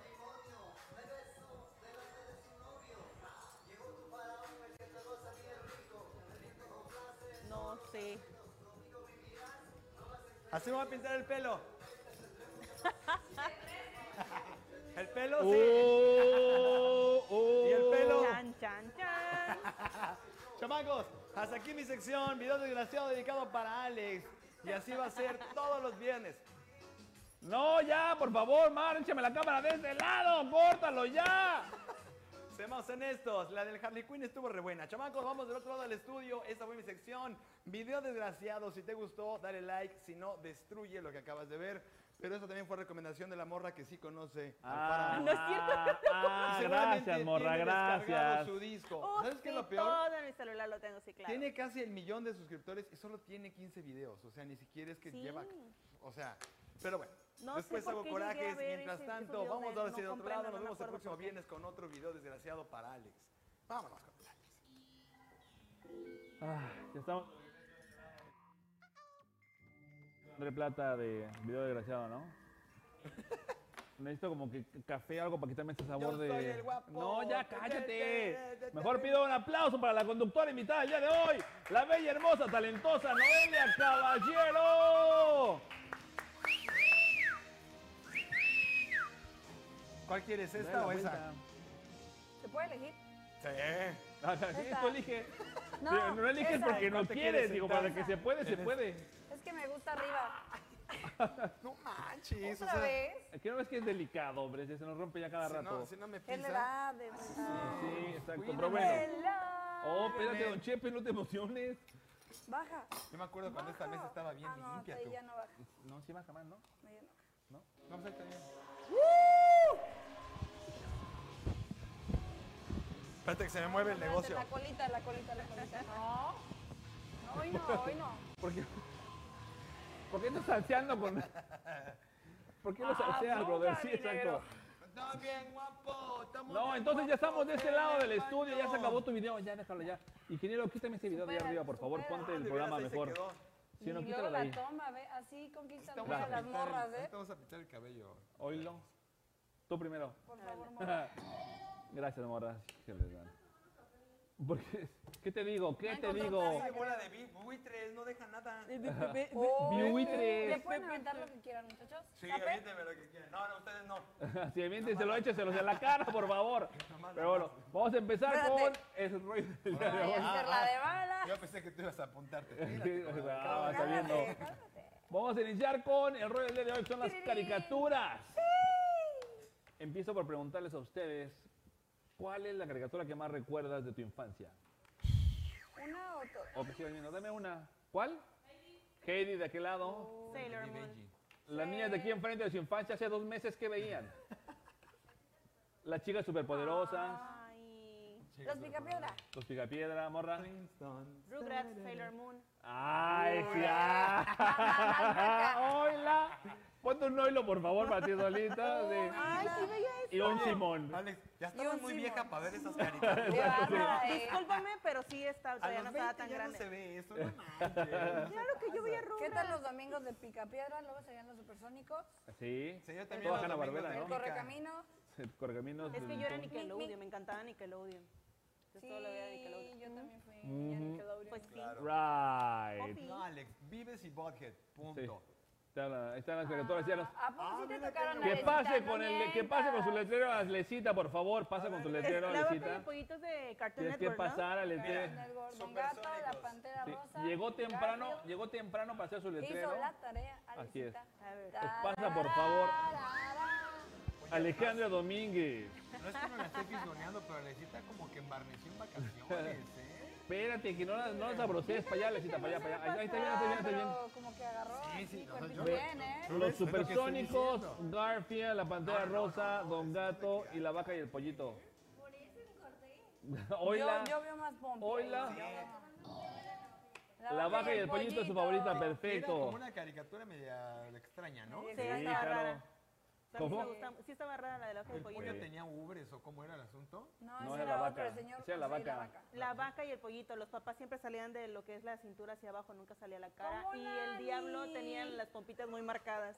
Speaker 4: No sé.
Speaker 3: Así me voy a pintar
Speaker 1: [LAUGHS]
Speaker 3: el pelo. El pelo,
Speaker 1: Uh.
Speaker 3: sí.
Speaker 1: Oh, oh.
Speaker 3: Y el pelo.
Speaker 4: Chan, chan,
Speaker 1: [LAUGHS]
Speaker 4: chan.
Speaker 3: Chamacos, hasta aquí mi sección. Video desgraciado dedicado para Alex. Y así va a ser todos los viernes.
Speaker 1: No, ya, por favor, márchame la cámara de este lado, córtalo ya.
Speaker 3: Seamos honestos, la del Harley Quinn estuvo re buena. Chamacos, vamos del otro lado del estudio. Esta fue mi sección. Video desgraciado. Si te gustó, dale like. Si no, destruye lo que acabas de ver. Pero esta también fue recomendación de la morra que sí conoce. al faraón.
Speaker 4: no es cierto.
Speaker 1: ah,
Speaker 3: Y [LAUGHS] seguramente
Speaker 1: gracias, morra,
Speaker 3: tiene descargado
Speaker 1: gracias.
Speaker 3: su disco.
Speaker 4: Oh,
Speaker 3: ¿Sabes qué es
Speaker 4: sí,
Speaker 3: lo peor?
Speaker 4: Todo en mi celular lo tengo, sí, claro.
Speaker 3: Tiene casi el millón de suscriptores y solo tiene 15 videos. O sea, ni siquiera es que
Speaker 4: Sí.
Speaker 3: lleva. O sea, pero bueno.
Speaker 4: No sé
Speaker 3: después
Speaker 4: por
Speaker 3: hago
Speaker 4: qué llegué a
Speaker 3: corajes.
Speaker 4: ver
Speaker 3: Mientras
Speaker 4: ese-
Speaker 3: tanto,
Speaker 4: esos videos
Speaker 3: vamos
Speaker 4: de-
Speaker 3: ahora
Speaker 4: no
Speaker 3: hacia el otro
Speaker 4: comprendo,
Speaker 3: lado. Nos
Speaker 4: no me
Speaker 3: vemos el
Speaker 4: acuerdo
Speaker 3: próximo
Speaker 4: por qué.
Speaker 3: viernes con otro video desgraciado para Alex. Vámonos con Alex.
Speaker 1: Ah, ya estamos. André Plata de video desgraciado,
Speaker 3: [LAUGHS]
Speaker 1: ¿no? Necesito como que café, algo para quitarme ese sabor
Speaker 3: Yo
Speaker 1: de.
Speaker 3: soy el guapo.
Speaker 1: No, ya cállate. Mejor pido un aplauso para la conductora invitada el día de hoy, la bella, hermosa, talentosa Noelia Caballero.
Speaker 3: ¿Cuál quieres,
Speaker 1: Dale la
Speaker 3: esta o esa?
Speaker 1: vuelta.
Speaker 6: ¿Se puede elegir?
Speaker 3: Sí.
Speaker 1: Ah, sí,
Speaker 6: Esta.
Speaker 1: tú eliges.
Speaker 6: No,
Speaker 1: No, no eliges
Speaker 6: esa.
Speaker 1: porque no
Speaker 3: ¿Cuál te
Speaker 1: quieres,
Speaker 3: quieres
Speaker 1: digo, para que
Speaker 6: sentar?
Speaker 1: se puede, se
Speaker 3: En es-
Speaker 1: puede.
Speaker 6: Es que me gusta arriba.
Speaker 3: No
Speaker 4: Ah,
Speaker 3: manches. o
Speaker 6: ¿Otra
Speaker 3: sea,
Speaker 6: vez?
Speaker 1: Aquí no ves que es delicado, hombre, se nos rompe ya cada
Speaker 3: si
Speaker 1: rato.
Speaker 3: no, si no me
Speaker 6: Es la
Speaker 3: pisa.
Speaker 6: edad de verdad.
Speaker 1: Sí, exacto,
Speaker 3: Cuídame.
Speaker 1: pero bueno.
Speaker 6: Hello.
Speaker 1: Oh, espérate, don Chepe, no te emociones.
Speaker 6: Baja.
Speaker 3: Yo me acuerdo cuando esta mesa estaba bien
Speaker 6: ah, no,
Speaker 3: limpia
Speaker 6: hasta ahí
Speaker 3: tú.
Speaker 6: ya no baja.
Speaker 1: No, sí baja más, ¿no?
Speaker 6: no, ya no baja.
Speaker 3: No, pues ahí está bien. Espérate que se me mueve el
Speaker 6: Espérate,
Speaker 3: negocio.
Speaker 6: La colita, la colita, la colita. No. No, hoy no, hoy no.
Speaker 1: ¿Por qué, ¿Por qué estás salseando con.? [LAUGHS] ¿Por qué lo
Speaker 6: Ah,
Speaker 1: salseas, brother? Sí, exacto.
Speaker 3: Está bien guapo, estamos
Speaker 1: No,
Speaker 3: bien
Speaker 1: entonces ya
Speaker 3: guapos,
Speaker 1: estamos de este lado del
Speaker 3: el
Speaker 1: estudio, ya se
Speaker 3: baño.
Speaker 1: acabó tu video, ya déjalo ya. Ingeniero, quítame ese video de ahí
Speaker 6: Supera,
Speaker 1: arriba, por favor,
Speaker 6: supera.
Speaker 1: ponte el
Speaker 3: Ah, De
Speaker 1: programa
Speaker 3: veras, ahí se
Speaker 1: mejor.
Speaker 3: quedó.
Speaker 1: Si no,
Speaker 6: y
Speaker 1: quítalo
Speaker 6: luego
Speaker 1: de ahí.
Speaker 6: la toma, ve, así conquistan
Speaker 3: Estamos
Speaker 6: a
Speaker 3: a
Speaker 6: las
Speaker 3: pintar el-
Speaker 6: morras, ¿eh?
Speaker 3: ahorita Vamos a pintar el cabello.
Speaker 1: Oílo. Tú primero.
Speaker 6: Por
Speaker 1: [LAUGHS]
Speaker 6: favor, morras.
Speaker 1: Gracias, morra. Sí, que les dan. Porque, ¿Qué te digo? ¿Qué te digo?
Speaker 3: Tiene bola de bu- buitres, no deja nada.
Speaker 6: Oh,
Speaker 1: Buitres.
Speaker 6: ¿Le pueden aventar lo que quieran, muchachos?
Speaker 3: Sí,
Speaker 6: ¿Tape?
Speaker 3: aviénteme lo que quieran. No, no, ustedes no.
Speaker 1: [LAUGHS] Si bien se lo eche, se los de la cara, por favor. Pero bueno, vamos a empezar con el rollo del día de
Speaker 6: Voy
Speaker 1: hoy.
Speaker 6: a hacer la de bala.
Speaker 3: Yo pensé que tú ibas a apuntarte.
Speaker 1: [LAUGHS]
Speaker 3: Mírate, cabrón.
Speaker 1: Ah, está viendo. Vamos a iniciar con el rollo del día de hoy, que son las caricaturas. Empiezo por preguntarles a ustedes, ¿cuál es la caricatura que más recuerdas de tu infancia?
Speaker 6: Una o dos.
Speaker 1: O que sigas viendo, dame una. ¿Cuál? Heidi, de aquel
Speaker 6: Oh,
Speaker 1: lado.
Speaker 4: Sailor Moon.
Speaker 1: Las niñas de aquí enfrente de su infancia, hace dos meses que
Speaker 6: [LAUGHS]
Speaker 1: veían. Las chicas superpoderosas,
Speaker 4: Ay.
Speaker 6: Los picapiedra.
Speaker 1: los picapiedra, morra.
Speaker 4: Rugrats, Sailor Moon.
Speaker 1: ¡Ay, sí! ah. [LAUGHS] ¡Hola! Ponte un oilo, por favor, para ti solita. sí.
Speaker 4: Ay, sí Ah. veía eso.
Speaker 1: Y un Simón.
Speaker 3: Alex, ya
Speaker 6: Yo
Speaker 3: estaba muy
Speaker 6: sí,
Speaker 3: vieja
Speaker 6: no.
Speaker 3: para ver esas caricaturas.
Speaker 6: Qué bárbara, eh.
Speaker 4: Discúlpame, pero sí está,
Speaker 3: A
Speaker 4: todavía
Speaker 3: los
Speaker 4: no
Speaker 3: 20
Speaker 4: estaba tan
Speaker 3: ya no
Speaker 4: grande.
Speaker 3: se ve eso, no manches.
Speaker 4: Claro que yo veía
Speaker 6: ¿Qué
Speaker 4: Rugrats.
Speaker 6: tal los domingos de picapiedra? Luego serían los supersónicos.
Speaker 1: Sí.
Speaker 3: Sí, yo
Speaker 1: Todo
Speaker 3: también los
Speaker 1: Hanna
Speaker 3: domingos
Speaker 1: Barbera,
Speaker 3: de
Speaker 6: El
Speaker 1: ¿no?
Speaker 3: Pica.
Speaker 6: correcamino.
Speaker 1: Correcaminos.
Speaker 4: Es que yo era
Speaker 1: del-
Speaker 4: Nickelodeon, me encantaba Nickelodeon. Entonces
Speaker 6: Sí,
Speaker 4: todo lo veía de
Speaker 6: yo
Speaker 4: Nickelodeon.
Speaker 6: también fui ya Nickelodeon.
Speaker 4: Pues sí.
Speaker 1: Right.
Speaker 4: Poppy.
Speaker 3: No, Alex, vives y Bothead,
Speaker 1: Sí.
Speaker 3: punto.
Speaker 1: Está la- Ahí están las caricaturas. ya las-
Speaker 6: ¿A poco
Speaker 3: Ah,
Speaker 6: sí te
Speaker 3: mira,
Speaker 6: tocaron
Speaker 3: tengo-
Speaker 1: Que
Speaker 6: la
Speaker 1: pase
Speaker 6: Alecita?
Speaker 1: con el,
Speaker 6: No
Speaker 1: que pase con su
Speaker 6: mientas.
Speaker 1: letrero, Alecita, por favor, pasa con su letrero,
Speaker 4: Es la vaca de
Speaker 1: Alecita.
Speaker 4: pollitos de Cartoon
Speaker 1: Tienes que
Speaker 4: Network, ¿no?
Speaker 1: pasar,
Speaker 6: Con
Speaker 1: Alecita.
Speaker 6: el gordón gato,
Speaker 3: Supersónicos.
Speaker 6: la pantera
Speaker 1: Sí.
Speaker 6: rosa.
Speaker 1: Llegó temprano,
Speaker 6: Garfio.
Speaker 1: llegó temprano para hacer su letrero.
Speaker 6: Hizo la tarea, Alecita.
Speaker 1: Así Pues
Speaker 4: A ver.
Speaker 1: Pasa, por favor.
Speaker 6: Tararara.
Speaker 1: Alejandra Domínguez.
Speaker 3: No es que me la esté fisgoneando, pero Alecita como que embarneció en vacaciones, ¿eh?
Speaker 1: Espérate, que no las no las abrocees para allá, Lecita, para allá, para allá. Ahí está bien,
Speaker 6: Ah,
Speaker 1: está bien, está bien.
Speaker 6: pero Como que agarró
Speaker 3: Sí, sí,
Speaker 6: así,
Speaker 3: no,
Speaker 6: cuerpito
Speaker 3: yo-
Speaker 6: bien, ¿eh?
Speaker 1: Los
Speaker 3: Es lo que estoy
Speaker 1: supersónicos,
Speaker 3: diciendo. Ah,
Speaker 1: Garfield, la pantera rosa, Don Gato y la vaca y el pollito. Oila,
Speaker 6: Yo, yo veo más pompi.
Speaker 1: oila. la
Speaker 6: vaca
Speaker 1: vaca y el pollito es su favorita,
Speaker 3: Era como
Speaker 1: perfecto.
Speaker 3: una caricatura media extraña, ¿no?
Speaker 4: Sí,
Speaker 1: Sí,
Speaker 4: estaba
Speaker 1: claro.
Speaker 4: rara. También
Speaker 1: ¿Cómo?
Speaker 4: me gusta- Sí estaba rara la de la
Speaker 3: ¿El
Speaker 4: del
Speaker 3: pollo
Speaker 4: pollito.
Speaker 3: tenía ubres o cómo era el asunto?
Speaker 6: No,
Speaker 1: No,
Speaker 6: esa
Speaker 1: era la
Speaker 6: era otra,
Speaker 1: vaca.
Speaker 6: el señor.
Speaker 1: Esa era la
Speaker 6: sí,
Speaker 1: vaca.
Speaker 4: La vaca y el pollito, los papás siempre salían de lo que es la cintura hacia abajo, nunca salía la cara.
Speaker 6: ¿Cómo,
Speaker 4: Y el
Speaker 6: Nani?
Speaker 4: diablo tenían las pompitas muy marcadas.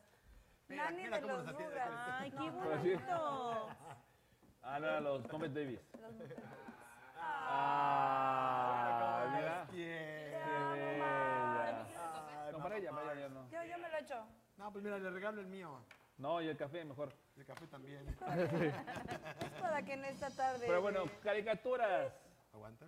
Speaker 3: Mira,
Speaker 6: Nani
Speaker 3: mira
Speaker 6: de
Speaker 3: cómo
Speaker 6: los
Speaker 3: nos atiende.
Speaker 6: Rugrats.
Speaker 4: ¡Ay, qué
Speaker 6: No,
Speaker 1: Pues sí.
Speaker 4: bonito!
Speaker 6: Ah,
Speaker 1: Ahora Ah, los Comet Davis.
Speaker 6: Los-
Speaker 1: Ah, mira.
Speaker 3: ¿Quién?
Speaker 1: Qué bella. No, para ella, para ella ya no.
Speaker 6: Yo, yo me lo echo.
Speaker 3: No, pues mira, le regalo el mío.
Speaker 1: No, y el café mejor.
Speaker 3: El café también.
Speaker 6: Es para que en esta tarde.
Speaker 1: Pero bueno, caricaturas.
Speaker 3: ¿Aguanta?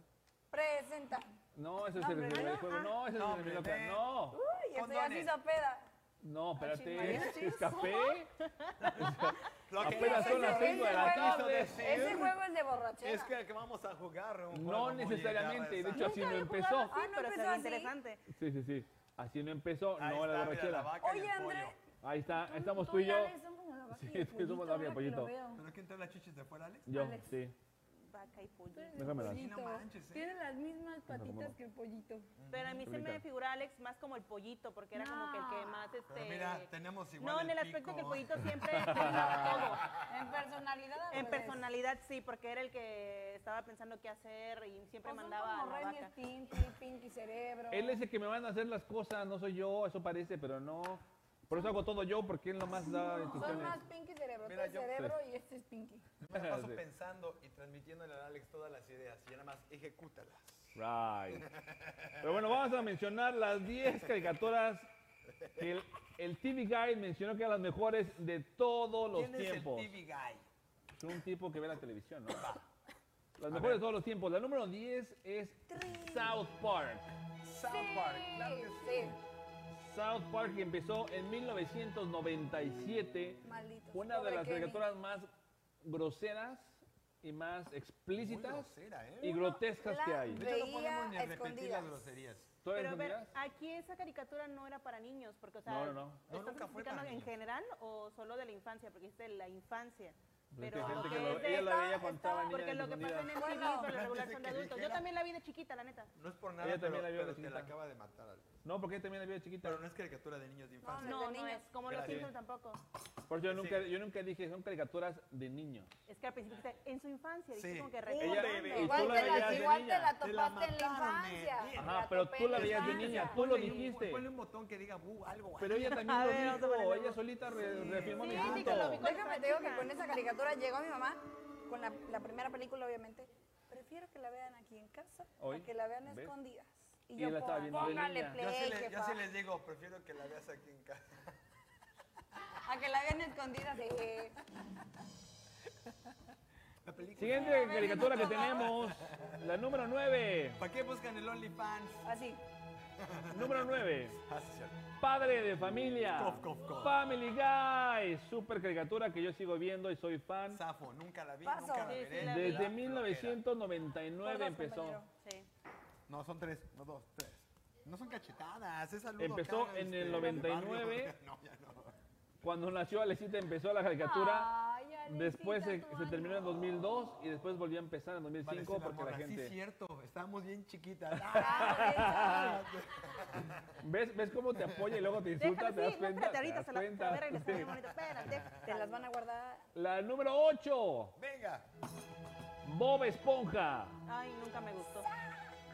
Speaker 6: Presenta.
Speaker 1: No, ese es
Speaker 6: No,
Speaker 1: el
Speaker 6: hombre,
Speaker 1: del
Speaker 6: no.
Speaker 1: juego.
Speaker 6: Ah.
Speaker 1: No, ese es
Speaker 3: No,
Speaker 1: el de mi
Speaker 3: hombre,
Speaker 1: loca.
Speaker 3: ve.
Speaker 1: No,
Speaker 6: Uy, Ah, estoy
Speaker 3: Condones.
Speaker 6: así sopeda.
Speaker 1: no, espérate.
Speaker 6: mariachis.
Speaker 1: ¿Es café?
Speaker 3: Lo que
Speaker 1: Apenas son las
Speaker 6: Ese-
Speaker 1: cinco de
Speaker 6: ese
Speaker 1: la
Speaker 6: juego-
Speaker 1: tarde.
Speaker 6: Ese juego es de borrachera.
Speaker 3: Es que el que vamos a jugar. un juego
Speaker 1: No
Speaker 3: de
Speaker 1: necesariamente. De
Speaker 3: muñecas,
Speaker 1: hecho, así no empezó.
Speaker 4: Sí,
Speaker 6: Ah, ¿no
Speaker 4: pero
Speaker 6: empezó
Speaker 4: estaba
Speaker 6: así?
Speaker 4: interesante.
Speaker 1: Sí, sí, sí. Así no empezó.
Speaker 3: Ahí
Speaker 1: No, la
Speaker 3: está, mira,
Speaker 1: borrachera.
Speaker 3: vaca y
Speaker 6: Oye,
Speaker 3: el pollo.
Speaker 6: André.
Speaker 1: Ahí está,
Speaker 6: Tú-
Speaker 1: ahí estamos tú
Speaker 6: tú
Speaker 1: y yo.
Speaker 6: Alex son como la vaca
Speaker 1: [LAUGHS] Sí,
Speaker 6: y el
Speaker 1: tú y yo somos la vaca y el
Speaker 6: pollito,
Speaker 1: pollito.
Speaker 6: ahora que lo veo.
Speaker 3: ¿Pero quién trae las chichis de fuera, Alex?
Speaker 1: Yo,
Speaker 6: Alex.
Speaker 1: sí.
Speaker 4: Vaca y
Speaker 6: Tú
Speaker 4: pollito.
Speaker 6: eres
Speaker 1: Déjamela.
Speaker 6: el pollito.
Speaker 3: Sí, no manches, ¿eh?
Speaker 6: Tiene las mismas patitas
Speaker 1: tampoco.
Speaker 6: que el pollito.
Speaker 1: Mm,
Speaker 4: Pero a mí se
Speaker 1: Rica.
Speaker 4: me figura Alex más como el pollito, porque era como que el que más este.
Speaker 3: Pero mira, tenemos igual
Speaker 4: no, en el aspecto que el pollito
Speaker 1: [LAUGHS]
Speaker 4: siempre tenía
Speaker 3: [LAUGHS]
Speaker 4: todo.
Speaker 6: En personalidad. al
Speaker 4: En
Speaker 3: Pues.
Speaker 6: revés.
Speaker 4: personalidad sí, porque era el que estaba pensando qué hacer y siempre
Speaker 6: Pues son
Speaker 4: mandaba a
Speaker 6: como
Speaker 4: la
Speaker 6: Ren y
Speaker 4: vaca.
Speaker 6: Stimpy, Pinky Cerebro.
Speaker 1: Él es el que me van a hacer las cosas, no soy yo, eso parece, pero no. Por eso hago todo yo, porque él nomás da
Speaker 6: Son
Speaker 1: instrucciones.
Speaker 6: más Pinky Cerebro. Tú
Speaker 3: Mira,
Speaker 6: eres
Speaker 3: yo-
Speaker 6: Cerebro y este es Pinky.
Speaker 3: Me la paso
Speaker 1: Sí.
Speaker 3: pensando y transmitiéndole a Alex todas las ideas y nada más ejecútalas.
Speaker 1: Right. Pero bueno, vamos a mencionar las 10 caricaturas que el, el TV Guide mencionó que eran las mejores de todos los
Speaker 3: ¿Quién
Speaker 1: tiempos.
Speaker 3: es el TV Guy?
Speaker 1: Es un tipo que ve la televisión, ¿no? Las mejores de todos los tiempos. La número 10 es South Park.
Speaker 3: South Park, claro que sí.
Speaker 1: South Park empezó en 1997.
Speaker 6: Maldito.
Speaker 1: Una de las caricaturas más groseras y más
Speaker 3: Muy
Speaker 1: explícitas
Speaker 3: grosera, ¿eh?
Speaker 1: y grotescas que hay.
Speaker 3: De hecho, no podemos ni
Speaker 6: Veía
Speaker 3: repetir las
Speaker 6: escondidas.
Speaker 3: groserías.
Speaker 1: ¿Tú
Speaker 4: Pero a
Speaker 1: eres
Speaker 4: ver,
Speaker 1: amigas?
Speaker 4: aquí esa caricatura no era para niños, porque o sea,
Speaker 1: No, no, no.
Speaker 3: No,
Speaker 4: ¿estás
Speaker 3: nunca fue
Speaker 4: explicando
Speaker 3: para
Speaker 4: en
Speaker 3: niños.
Speaker 4: general o solo de la infancia? Porque es de la infancia.
Speaker 1: Pues es
Speaker 4: Pero
Speaker 1: que hay gente que
Speaker 4: es
Speaker 1: lo-
Speaker 4: de
Speaker 1: ella la
Speaker 6: esta-
Speaker 1: veía cuando estaba
Speaker 6: esta-
Speaker 1: niña
Speaker 4: Porque lo que pasa en
Speaker 1: confundida.
Speaker 4: el
Speaker 6: Bueno.
Speaker 4: por
Speaker 3: Antes
Speaker 4: la
Speaker 3: de
Speaker 4: regular
Speaker 3: que
Speaker 4: son de adultos. Yo
Speaker 3: dijera-
Speaker 4: también la vi de chiquita, la neta.
Speaker 3: No es por nada,
Speaker 1: Ella también la
Speaker 3: pero,
Speaker 1: vio
Speaker 3: pero
Speaker 1: de
Speaker 3: te la
Speaker 1: chiquita.
Speaker 3: acaba de matar, Alex.
Speaker 1: No, porque ella también la vio de chiquita.
Speaker 3: Pero no es caricatura de niños de infancia.
Speaker 6: es
Speaker 4: No,
Speaker 6: de
Speaker 4: no
Speaker 6: niños.
Speaker 4: es. Como los
Speaker 3: Gracias.
Speaker 4: Simpsons tampoco.
Speaker 1: Por eso yo nunca,
Speaker 3: Sí.
Speaker 1: yo nunca dije, son caricaturas de niños.
Speaker 4: Es que al principio dijiste, en su infancia, dijiste
Speaker 3: Sí.
Speaker 4: como que
Speaker 3: Un
Speaker 4: recordando.
Speaker 3: bebé.
Speaker 1: Y
Speaker 6: Igual
Speaker 1: tú la
Speaker 6: te
Speaker 1: veías
Speaker 6: la,
Speaker 1: de
Speaker 6: igual te
Speaker 1: niña.
Speaker 6: la
Speaker 3: Te la
Speaker 6: topaste en la
Speaker 3: mataron,
Speaker 6: infancia.
Speaker 3: eh.
Speaker 1: Ajá,
Speaker 6: La
Speaker 1: pero
Speaker 6: topé
Speaker 1: tú
Speaker 6: en
Speaker 1: la veías de
Speaker 6: infancia.
Speaker 1: niña, tú lo
Speaker 3: Ponle un-
Speaker 1: dijiste.
Speaker 3: Ponle un botón que diga bu, algo,
Speaker 1: Pero ella también
Speaker 4: A
Speaker 1: lo
Speaker 4: ver, vamos a
Speaker 1: dijo,
Speaker 4: ponerlo.
Speaker 1: ella solita re- reafirmó mi
Speaker 4: sí, que
Speaker 1: punto.
Speaker 4: lo vi con-
Speaker 6: Déjame te digo que con esa caricatura llegó mi mamá, con la, la primera película obviamente. Prefiero que la vean aquí en casa,
Speaker 1: Hoy,
Speaker 6: a que la vean a
Speaker 1: ¿ves?
Speaker 6: escondidas. Y
Speaker 1: Y
Speaker 6: yo
Speaker 1: la estaba
Speaker 6: pongo,
Speaker 1: viendo de
Speaker 6: póngale
Speaker 1: niña.
Speaker 6: play,
Speaker 3: Yo sí, le- yo
Speaker 6: jefa".
Speaker 3: sí les digo, prefiero que la veas aquí en casa.
Speaker 6: A que la vean escondidas. eh.
Speaker 3: La película.
Speaker 1: Siguiente caricatura que tenemos, la número 9.
Speaker 3: ¿Para qué buscan el OnlyFans?
Speaker 6: Así.
Speaker 1: Número 9.
Speaker 3: Ah, sí, cierto.
Speaker 1: Padre de familia.
Speaker 3: Cof, cof, cof.
Speaker 1: Family Guy. Super caricatura que yo sigo viendo y soy fan.
Speaker 3: Zafo, nunca la vi,
Speaker 6: Paso.
Speaker 3: nunca la
Speaker 6: Sí,
Speaker 4: sí,
Speaker 3: veré.
Speaker 4: la vi.
Speaker 3: me da
Speaker 1: Desde
Speaker 3: flojera.
Speaker 1: 1999
Speaker 6: Todos,
Speaker 1: empezó.
Speaker 6: compañero.
Speaker 4: Sí.
Speaker 3: No, son tres, no dos, tres. No son cachetadas, es saludo
Speaker 1: Empezó
Speaker 3: acá,
Speaker 1: en
Speaker 3: este,
Speaker 1: el
Speaker 3: de
Speaker 1: 99.
Speaker 3: barrio. [LAUGHS] No, ya no.
Speaker 1: Cuando nació Alecita empezó la
Speaker 4: Ah.
Speaker 1: caricatura.
Speaker 6: Ay, Alecita,
Speaker 1: Después se,
Speaker 6: tu
Speaker 1: se
Speaker 6: año.
Speaker 1: terminó en 2002 y después volvió a empezar en 2005
Speaker 3: Parece
Speaker 1: porque la
Speaker 3: morra. Sí,
Speaker 1: gente...
Speaker 3: cierto, estábamos
Speaker 1: [LAUGHS]
Speaker 3: bien chiquitas.
Speaker 6: Ah, ok.
Speaker 1: ¿Ves, ¿Ves cómo te apoya y luego te insulta?
Speaker 4: Déjalo,
Speaker 1: ¿Te das
Speaker 4: sí, no,
Speaker 1: cuenta?
Speaker 4: espérate, ahorita
Speaker 1: ¿Te das cuenta?
Speaker 4: se la se la voy a regresar bien bonito. Espérate.
Speaker 6: Te las van a guardar.
Speaker 1: La número 8,
Speaker 3: Venga,
Speaker 1: Bob Esponja.
Speaker 4: Ay, nunca me gustó.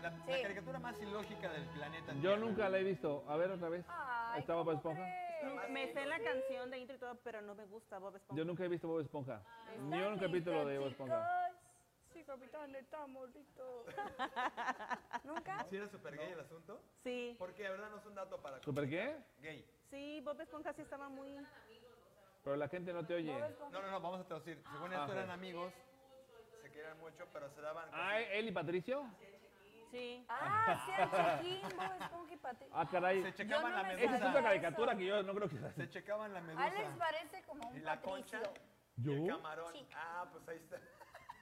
Speaker 3: la, la
Speaker 6: Sí.
Speaker 3: caricatura más ilógica del planeta.
Speaker 1: Yo
Speaker 3: Tierra.
Speaker 1: nunca la he visto. A ver otra vez.
Speaker 4: Ah.
Speaker 6: Ay,
Speaker 1: ¿Estaba Bob
Speaker 6: ¿cómo
Speaker 1: Esponja?
Speaker 6: crees?
Speaker 4: Me sé la canción de intro y todo, pero no me gusta Bob Esponja.
Speaker 1: Yo nunca he visto Bob Esponja. Ni un
Speaker 6: Está
Speaker 1: capítulo de Bob
Speaker 6: rico,
Speaker 1: Esponja.
Speaker 6: chicos. Sí, capitán, estamos listos. [LAUGHS] ¿Nunca?
Speaker 3: ¿Sí era super gay el asunto?
Speaker 4: Sí,
Speaker 3: Porque de verdad no es un dato para
Speaker 1: ¿Super qué?
Speaker 3: gay.
Speaker 4: sí, Bob Esponja sí estaba muy...
Speaker 1: Pero la gente no te oye.
Speaker 3: No, no, no, vamos a traducir. Según
Speaker 1: Ah,
Speaker 3: esto eran
Speaker 1: ok.
Speaker 3: amigos, se querían mucho, pero se daban...
Speaker 1: Ah, él y Patricio.
Speaker 4: Sí.
Speaker 6: Ah, sí, era Chiquín, Bob Esponja y Pati.
Speaker 1: Ah, caray.
Speaker 3: Se checaban
Speaker 6: no
Speaker 3: la
Speaker 6: me
Speaker 1: Esa es
Speaker 3: medusa.
Speaker 1: otra caricatura que yo no creo que sea
Speaker 3: Se checaban la medusa.
Speaker 6: Alex parece como
Speaker 3: y
Speaker 6: un
Speaker 3: la
Speaker 6: patricio.
Speaker 3: concha. y el
Speaker 1: ¿Yo?
Speaker 3: camarón. Ah, pues ahí está.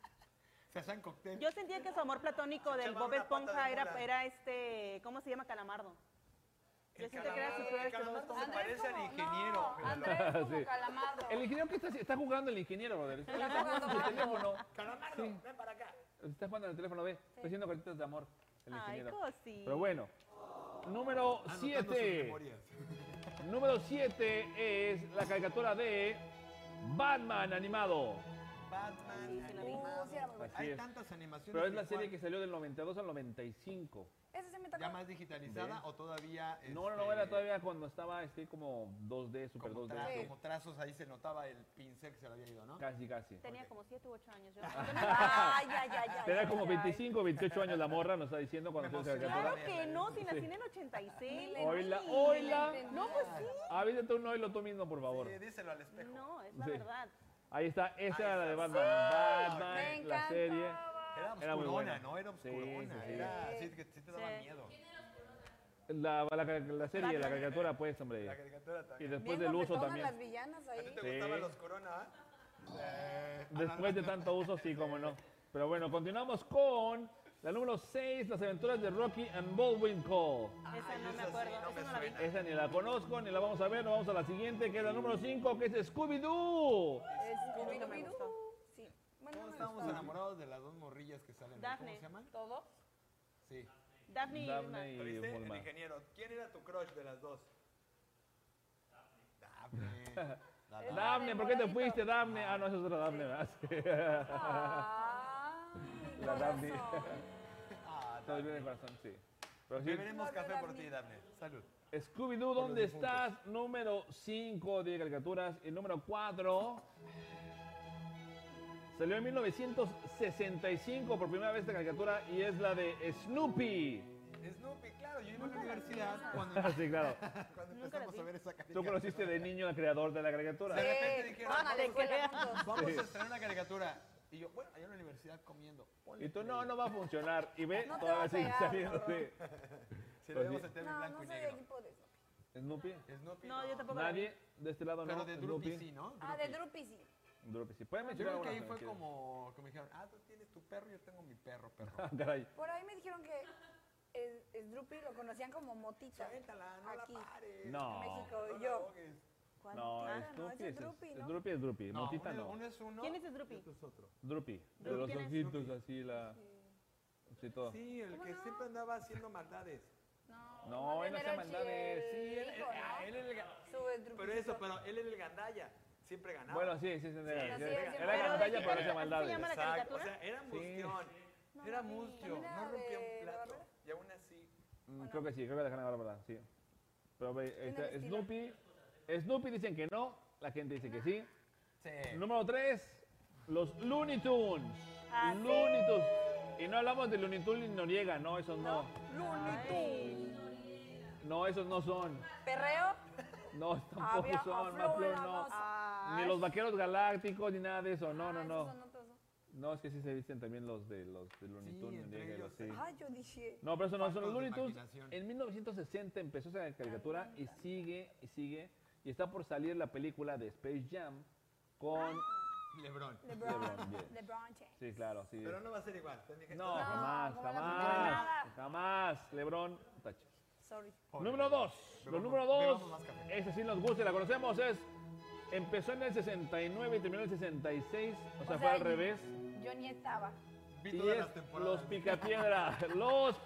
Speaker 3: [LAUGHS] se hacían cóctel.
Speaker 4: Yo sentía que su amor platónico del
Speaker 7: echaba
Speaker 4: Bob
Speaker 7: una pata
Speaker 4: Esponja
Speaker 7: de
Speaker 4: era,
Speaker 7: mula.
Speaker 4: era este, ¿cómo se llama? Calamardo. Yo
Speaker 3: El
Speaker 4: siento que era su
Speaker 3: calamardo, el
Speaker 4: crush del Bob
Speaker 3: calamardo
Speaker 4: Esponja.
Speaker 3: se parece al
Speaker 6: como-
Speaker 3: ingeniero.
Speaker 6: No, Andrés es
Speaker 1: [LAUGHS]
Speaker 6: como
Speaker 1: Sí.
Speaker 6: calamardo.
Speaker 1: El ingeniero que está, haci- está jugando el ingeniero, brother. Está
Speaker 6: Está jugando
Speaker 1: jugando el
Speaker 6: Mario.
Speaker 1: teléfono.
Speaker 3: Calamardo,
Speaker 1: Sí.
Speaker 3: ven para acá.
Speaker 1: Está jugando en el teléfono, ve. Está haciendo cartitas de amor. El
Speaker 4: Ay,
Speaker 1: ingeniero.
Speaker 4: cosi.
Speaker 1: Pero bueno. Número
Speaker 3: Anotando sus
Speaker 1: 7.
Speaker 3: memorias.
Speaker 1: Número 7 es la caricatura de Batman animado.
Speaker 7: Batman.
Speaker 4: Sí, se la vi.
Speaker 7: animado.
Speaker 6: Uh, sí, era muy bueno.
Speaker 1: Así
Speaker 3: Hay
Speaker 1: es.
Speaker 3: tantas animaciones.
Speaker 1: Pero es la serie que
Speaker 3: igual,
Speaker 1: salió del 92 al 95.
Speaker 6: Ese se me tocó.
Speaker 3: ¿Ya más digitalizada
Speaker 1: Ve.
Speaker 3: o todavía...?
Speaker 1: No, no,
Speaker 3: este,
Speaker 1: no, era todavía cuando estaba este como 2D, super
Speaker 3: Como,
Speaker 1: 2D.
Speaker 3: tra-
Speaker 6: Sí.
Speaker 3: como trazos, ahí se notaba el pincel que se le había ido, ¿no?
Speaker 1: Casi, casi.
Speaker 4: Tenía como 7 u 8 años. Yo.
Speaker 6: Ay, ay, ay, ay.
Speaker 1: Tenía como
Speaker 4: ay, ay.
Speaker 1: 25, 28 años la morra, nos está diciendo cuando
Speaker 3: Me
Speaker 1: se hace la
Speaker 3: emocioné.
Speaker 4: claro
Speaker 1: caricatura.
Speaker 4: que no, si nací
Speaker 1: Sí.
Speaker 4: en el 86.
Speaker 1: Oila,
Speaker 6: Ay,
Speaker 1: oila.
Speaker 6: la
Speaker 4: No, pues sí.
Speaker 1: Avídate un oílo tú mismo, por favor.
Speaker 7: Sí, díselo al espejo.
Speaker 4: No, es la
Speaker 1: Sí.
Speaker 4: verdad.
Speaker 1: Ahí está, esa era la de Batman.
Speaker 6: Me
Speaker 1: Batman, la
Speaker 6: encantaba.
Speaker 1: serie.
Speaker 3: Era
Speaker 1: Era muy
Speaker 3: oscurona,
Speaker 1: buena.
Speaker 3: ¿no? Era
Speaker 1: Sí,
Speaker 3: oscurona.
Speaker 1: sí, sí.
Speaker 3: Era así que sí te daba
Speaker 4: Sí.
Speaker 3: miedo.
Speaker 1: La, la, la serie, la caricatura, pues, hombre.
Speaker 3: La caricatura
Speaker 1: Y
Speaker 3: también.
Speaker 1: después
Speaker 6: Bien
Speaker 1: del uso
Speaker 6: guapetonas
Speaker 1: también.
Speaker 6: las villanas ahí.
Speaker 7: ¿Te
Speaker 1: Sí.
Speaker 7: gustaban los corona? ah?
Speaker 3: Eh,
Speaker 1: Después de tanto uso, sí, como no. Pero bueno, continuamos con la número 6, las aventuras de Rocky and Bullwinkle.
Speaker 4: Esa no me
Speaker 7: esa sí,
Speaker 4: acuerdo.
Speaker 7: no
Speaker 4: esa
Speaker 7: me
Speaker 4: no la vi.
Speaker 7: suena.
Speaker 1: Esa ni la conozco, ni la vamos a ver. Nos vamos a la siguiente, que es la número 5, que es Scooby-Doo.
Speaker 4: Nunca me
Speaker 6: Es
Speaker 4: gustó.
Speaker 6: Sí. Bueno,
Speaker 3: Todos
Speaker 6: no me
Speaker 3: estábamos
Speaker 6: gustó.
Speaker 3: enamorados de las dos morrillas que salen. ahí. ¿Cómo
Speaker 4: Daphne.
Speaker 3: se llaman?
Speaker 6: ¿Todos?
Speaker 3: Sí.
Speaker 4: Daphne y Irma.
Speaker 1: Daphne y
Speaker 7: ¿Viste? El
Speaker 1: Bulma.
Speaker 7: ingeniero. ¿Quién era tu crush de las dos?
Speaker 1: [LAUGHS]
Speaker 3: Daphne. Daphne.
Speaker 1: Daphne, ¿por qué te fuiste, Daphne? Ah, no, esa es otra Daphne, ¿verdad? [LAUGHS] Sí.
Speaker 6: Ah,
Speaker 1: [LAUGHS]
Speaker 6: mi
Speaker 1: La Daphne.
Speaker 6: corazón.
Speaker 3: Ah,
Speaker 1: Todo bien el corazón, sí. Pero sí,
Speaker 3: Beberemos
Speaker 6: No,
Speaker 3: café
Speaker 6: no,
Speaker 3: por
Speaker 6: Daphne.
Speaker 3: ti, Daphne. Salud.
Speaker 1: Scooby-Doo, ¿dónde estás? Número 5 de caricaturas. El número 4 salió en 1965 por primera vez esta caricatura y es la de Snoopy. [LAUGHS]
Speaker 7: Snoopy, claro. Yo
Speaker 3: En
Speaker 7: iba
Speaker 3: la
Speaker 7: a la
Speaker 3: universidad, cuando,
Speaker 1: Así, claro.
Speaker 3: cuando
Speaker 4: Nunca la
Speaker 3: empezamos a
Speaker 4: vi.
Speaker 3: ver esa caricatura.
Speaker 1: Tú conociste de niño al creador de la caricatura.
Speaker 3: De
Speaker 6: Sí,
Speaker 3: repente dijeron,
Speaker 6: fueron a
Speaker 3: vamos
Speaker 6: la
Speaker 3: a
Speaker 6: escuela juntos.
Speaker 3: Vamos a estrenar una caricatura. Y yo, bueno, allá en la universidad comiendo. Ponle
Speaker 1: Y tú,
Speaker 3: play.
Speaker 1: no, no va a funcionar. Y ve,
Speaker 6: No te va
Speaker 1: todavía
Speaker 6: a
Speaker 1: sigue
Speaker 6: pegar,
Speaker 1: saliendo.
Speaker 3: Si lo vemos en TV en
Speaker 6: No,
Speaker 3: blanco
Speaker 6: no
Speaker 3: y
Speaker 6: soy de
Speaker 3: negro. Ah,
Speaker 6: equipo de eso.
Speaker 1: sí. Snoopy.
Speaker 3: Snoopy.
Speaker 4: No, yo tampoco la vi.
Speaker 1: Nadie de este lado
Speaker 3: Pero
Speaker 1: no.
Speaker 3: de
Speaker 1: Snoopy.
Speaker 3: Droopy sí, ¿no?
Speaker 6: Ah, de
Speaker 3: Droopy.
Speaker 6: Drupi sí.
Speaker 1: Droopy, sí. Pueden
Speaker 3: Yo
Speaker 1: mencionar
Speaker 3: creo que ahí
Speaker 1: algunas
Speaker 3: fue
Speaker 1: que me
Speaker 3: como que me dijeron, ah, tú tienes tu perro, yo tengo mi perro, perro.
Speaker 1: quieran. [LAUGHS] Ah, caray.
Speaker 6: Por ahí me dijeron que el, el Drupi lo conocían como motita.
Speaker 3: Suéltala, no
Speaker 6: Aquí.
Speaker 3: la pares.
Speaker 1: No.
Speaker 6: En México.
Speaker 3: No
Speaker 6: Y
Speaker 3: la
Speaker 6: yo.
Speaker 3: ahogues.
Speaker 4: ¿Cuál?
Speaker 1: No,
Speaker 6: Ah, no,
Speaker 1: Snoopy
Speaker 6: ese
Speaker 1: es
Speaker 6: es Droopy, ¿no?
Speaker 1: Snoopy es Droopy.
Speaker 3: No,
Speaker 1: Motita
Speaker 3: uno,
Speaker 1: no.
Speaker 3: uno es uno.
Speaker 4: ¿Quién es Droopy?
Speaker 3: y otro es otro.
Speaker 1: Drupi, de
Speaker 4: Drupi,
Speaker 1: los
Speaker 4: ¿quién es?
Speaker 1: ojitos así la... Sí, todo.
Speaker 3: Sí, el que siempre andaba haciendo maldades.
Speaker 6: No,
Speaker 1: No, él no
Speaker 6: más
Speaker 1: hacía
Speaker 6: bien era
Speaker 1: maldades.
Speaker 6: el
Speaker 1: Sí, él-
Speaker 6: hijo,
Speaker 3: Ah,
Speaker 6: ¿no?
Speaker 3: él era el ga-
Speaker 6: Su el Drupi.
Speaker 3: pero eso, pero él era el gandalla. Siempre ganaba.
Speaker 1: Bueno, sí, sí, sí. sí,
Speaker 6: así es,
Speaker 1: Era
Speaker 6: siempre.
Speaker 1: era
Speaker 4: Pero
Speaker 1: gandalla, pero
Speaker 4: ¿de qué
Speaker 1: hacía
Speaker 4: car- se llama
Speaker 1: maldades.
Speaker 4: la
Speaker 3: Exacto. O
Speaker 4: caricatura?
Speaker 3: sea, era mustión. Era mustio.
Speaker 6: era
Speaker 3: No rompía
Speaker 6: de
Speaker 3: un
Speaker 6: la
Speaker 3: plato.
Speaker 6: barrera.
Speaker 3: Y aún así.
Speaker 1: Mm, Creo que sí, creo que dejaron ahora, ¿verdad? Sí. Pero ve, este, está
Speaker 6: el estilo.
Speaker 1: Snoopy... Snoopy dicen que no, la gente dice que sí.
Speaker 3: Sí.
Speaker 1: Número 3, los Looney Tunes.
Speaker 4: Ah, sí.
Speaker 1: Looney Tunes. Y no hablamos de Looney Tunes Noriega, no, esos no.
Speaker 4: Ay,
Speaker 1: No, esos no son.
Speaker 6: Perreo.
Speaker 1: No, tampoco
Speaker 6: Había
Speaker 1: son.
Speaker 6: aflora,
Speaker 1: Maflor,
Speaker 6: no son.
Speaker 1: no.
Speaker 4: ay,
Speaker 1: Ni los vaqueros galácticos, ni nada de eso. No, no,
Speaker 6: Ah,
Speaker 1: no.
Speaker 6: esos son otros, ¿no?
Speaker 1: No, es que sí se visten también los de los de Looney
Speaker 3: Sí,
Speaker 1: Tunes.
Speaker 3: entre
Speaker 1: Noriega,
Speaker 3: ellos.
Speaker 1: los- sí.
Speaker 6: Ah, yo dije.
Speaker 1: No, pero eso no son los
Speaker 3: Faltos de
Speaker 1: Looney Tunes.
Speaker 3: imaginación.
Speaker 1: En 1960 empezó esa caricatura y sigue y sigue. Y está por salir la película de Space Jam con...
Speaker 3: Lebrón.
Speaker 6: LeBron.
Speaker 1: LeBron James.
Speaker 6: LeBron James.
Speaker 1: Sí, claro, sí.
Speaker 7: Pero no va a ser igual.
Speaker 1: No,
Speaker 6: No,
Speaker 1: jamás,
Speaker 6: como la primera
Speaker 1: jamás.
Speaker 6: nada.
Speaker 1: Jamás. Lebron. tache.
Speaker 6: Sorry.
Speaker 1: Número 2. Los
Speaker 3: Bebamos-
Speaker 1: número
Speaker 3: bebamos
Speaker 1: 2.
Speaker 3: más café.
Speaker 1: Ese sí nos gusta y la conocemos. Es. Empezó en el 69 y terminó en el 66. O sea,
Speaker 6: O
Speaker 1: fue
Speaker 6: sea,
Speaker 1: al revés.
Speaker 6: Yo ni estaba.
Speaker 3: Vi
Speaker 1: Y
Speaker 3: todas
Speaker 1: es
Speaker 3: las temporadas.
Speaker 1: los picapiedra. los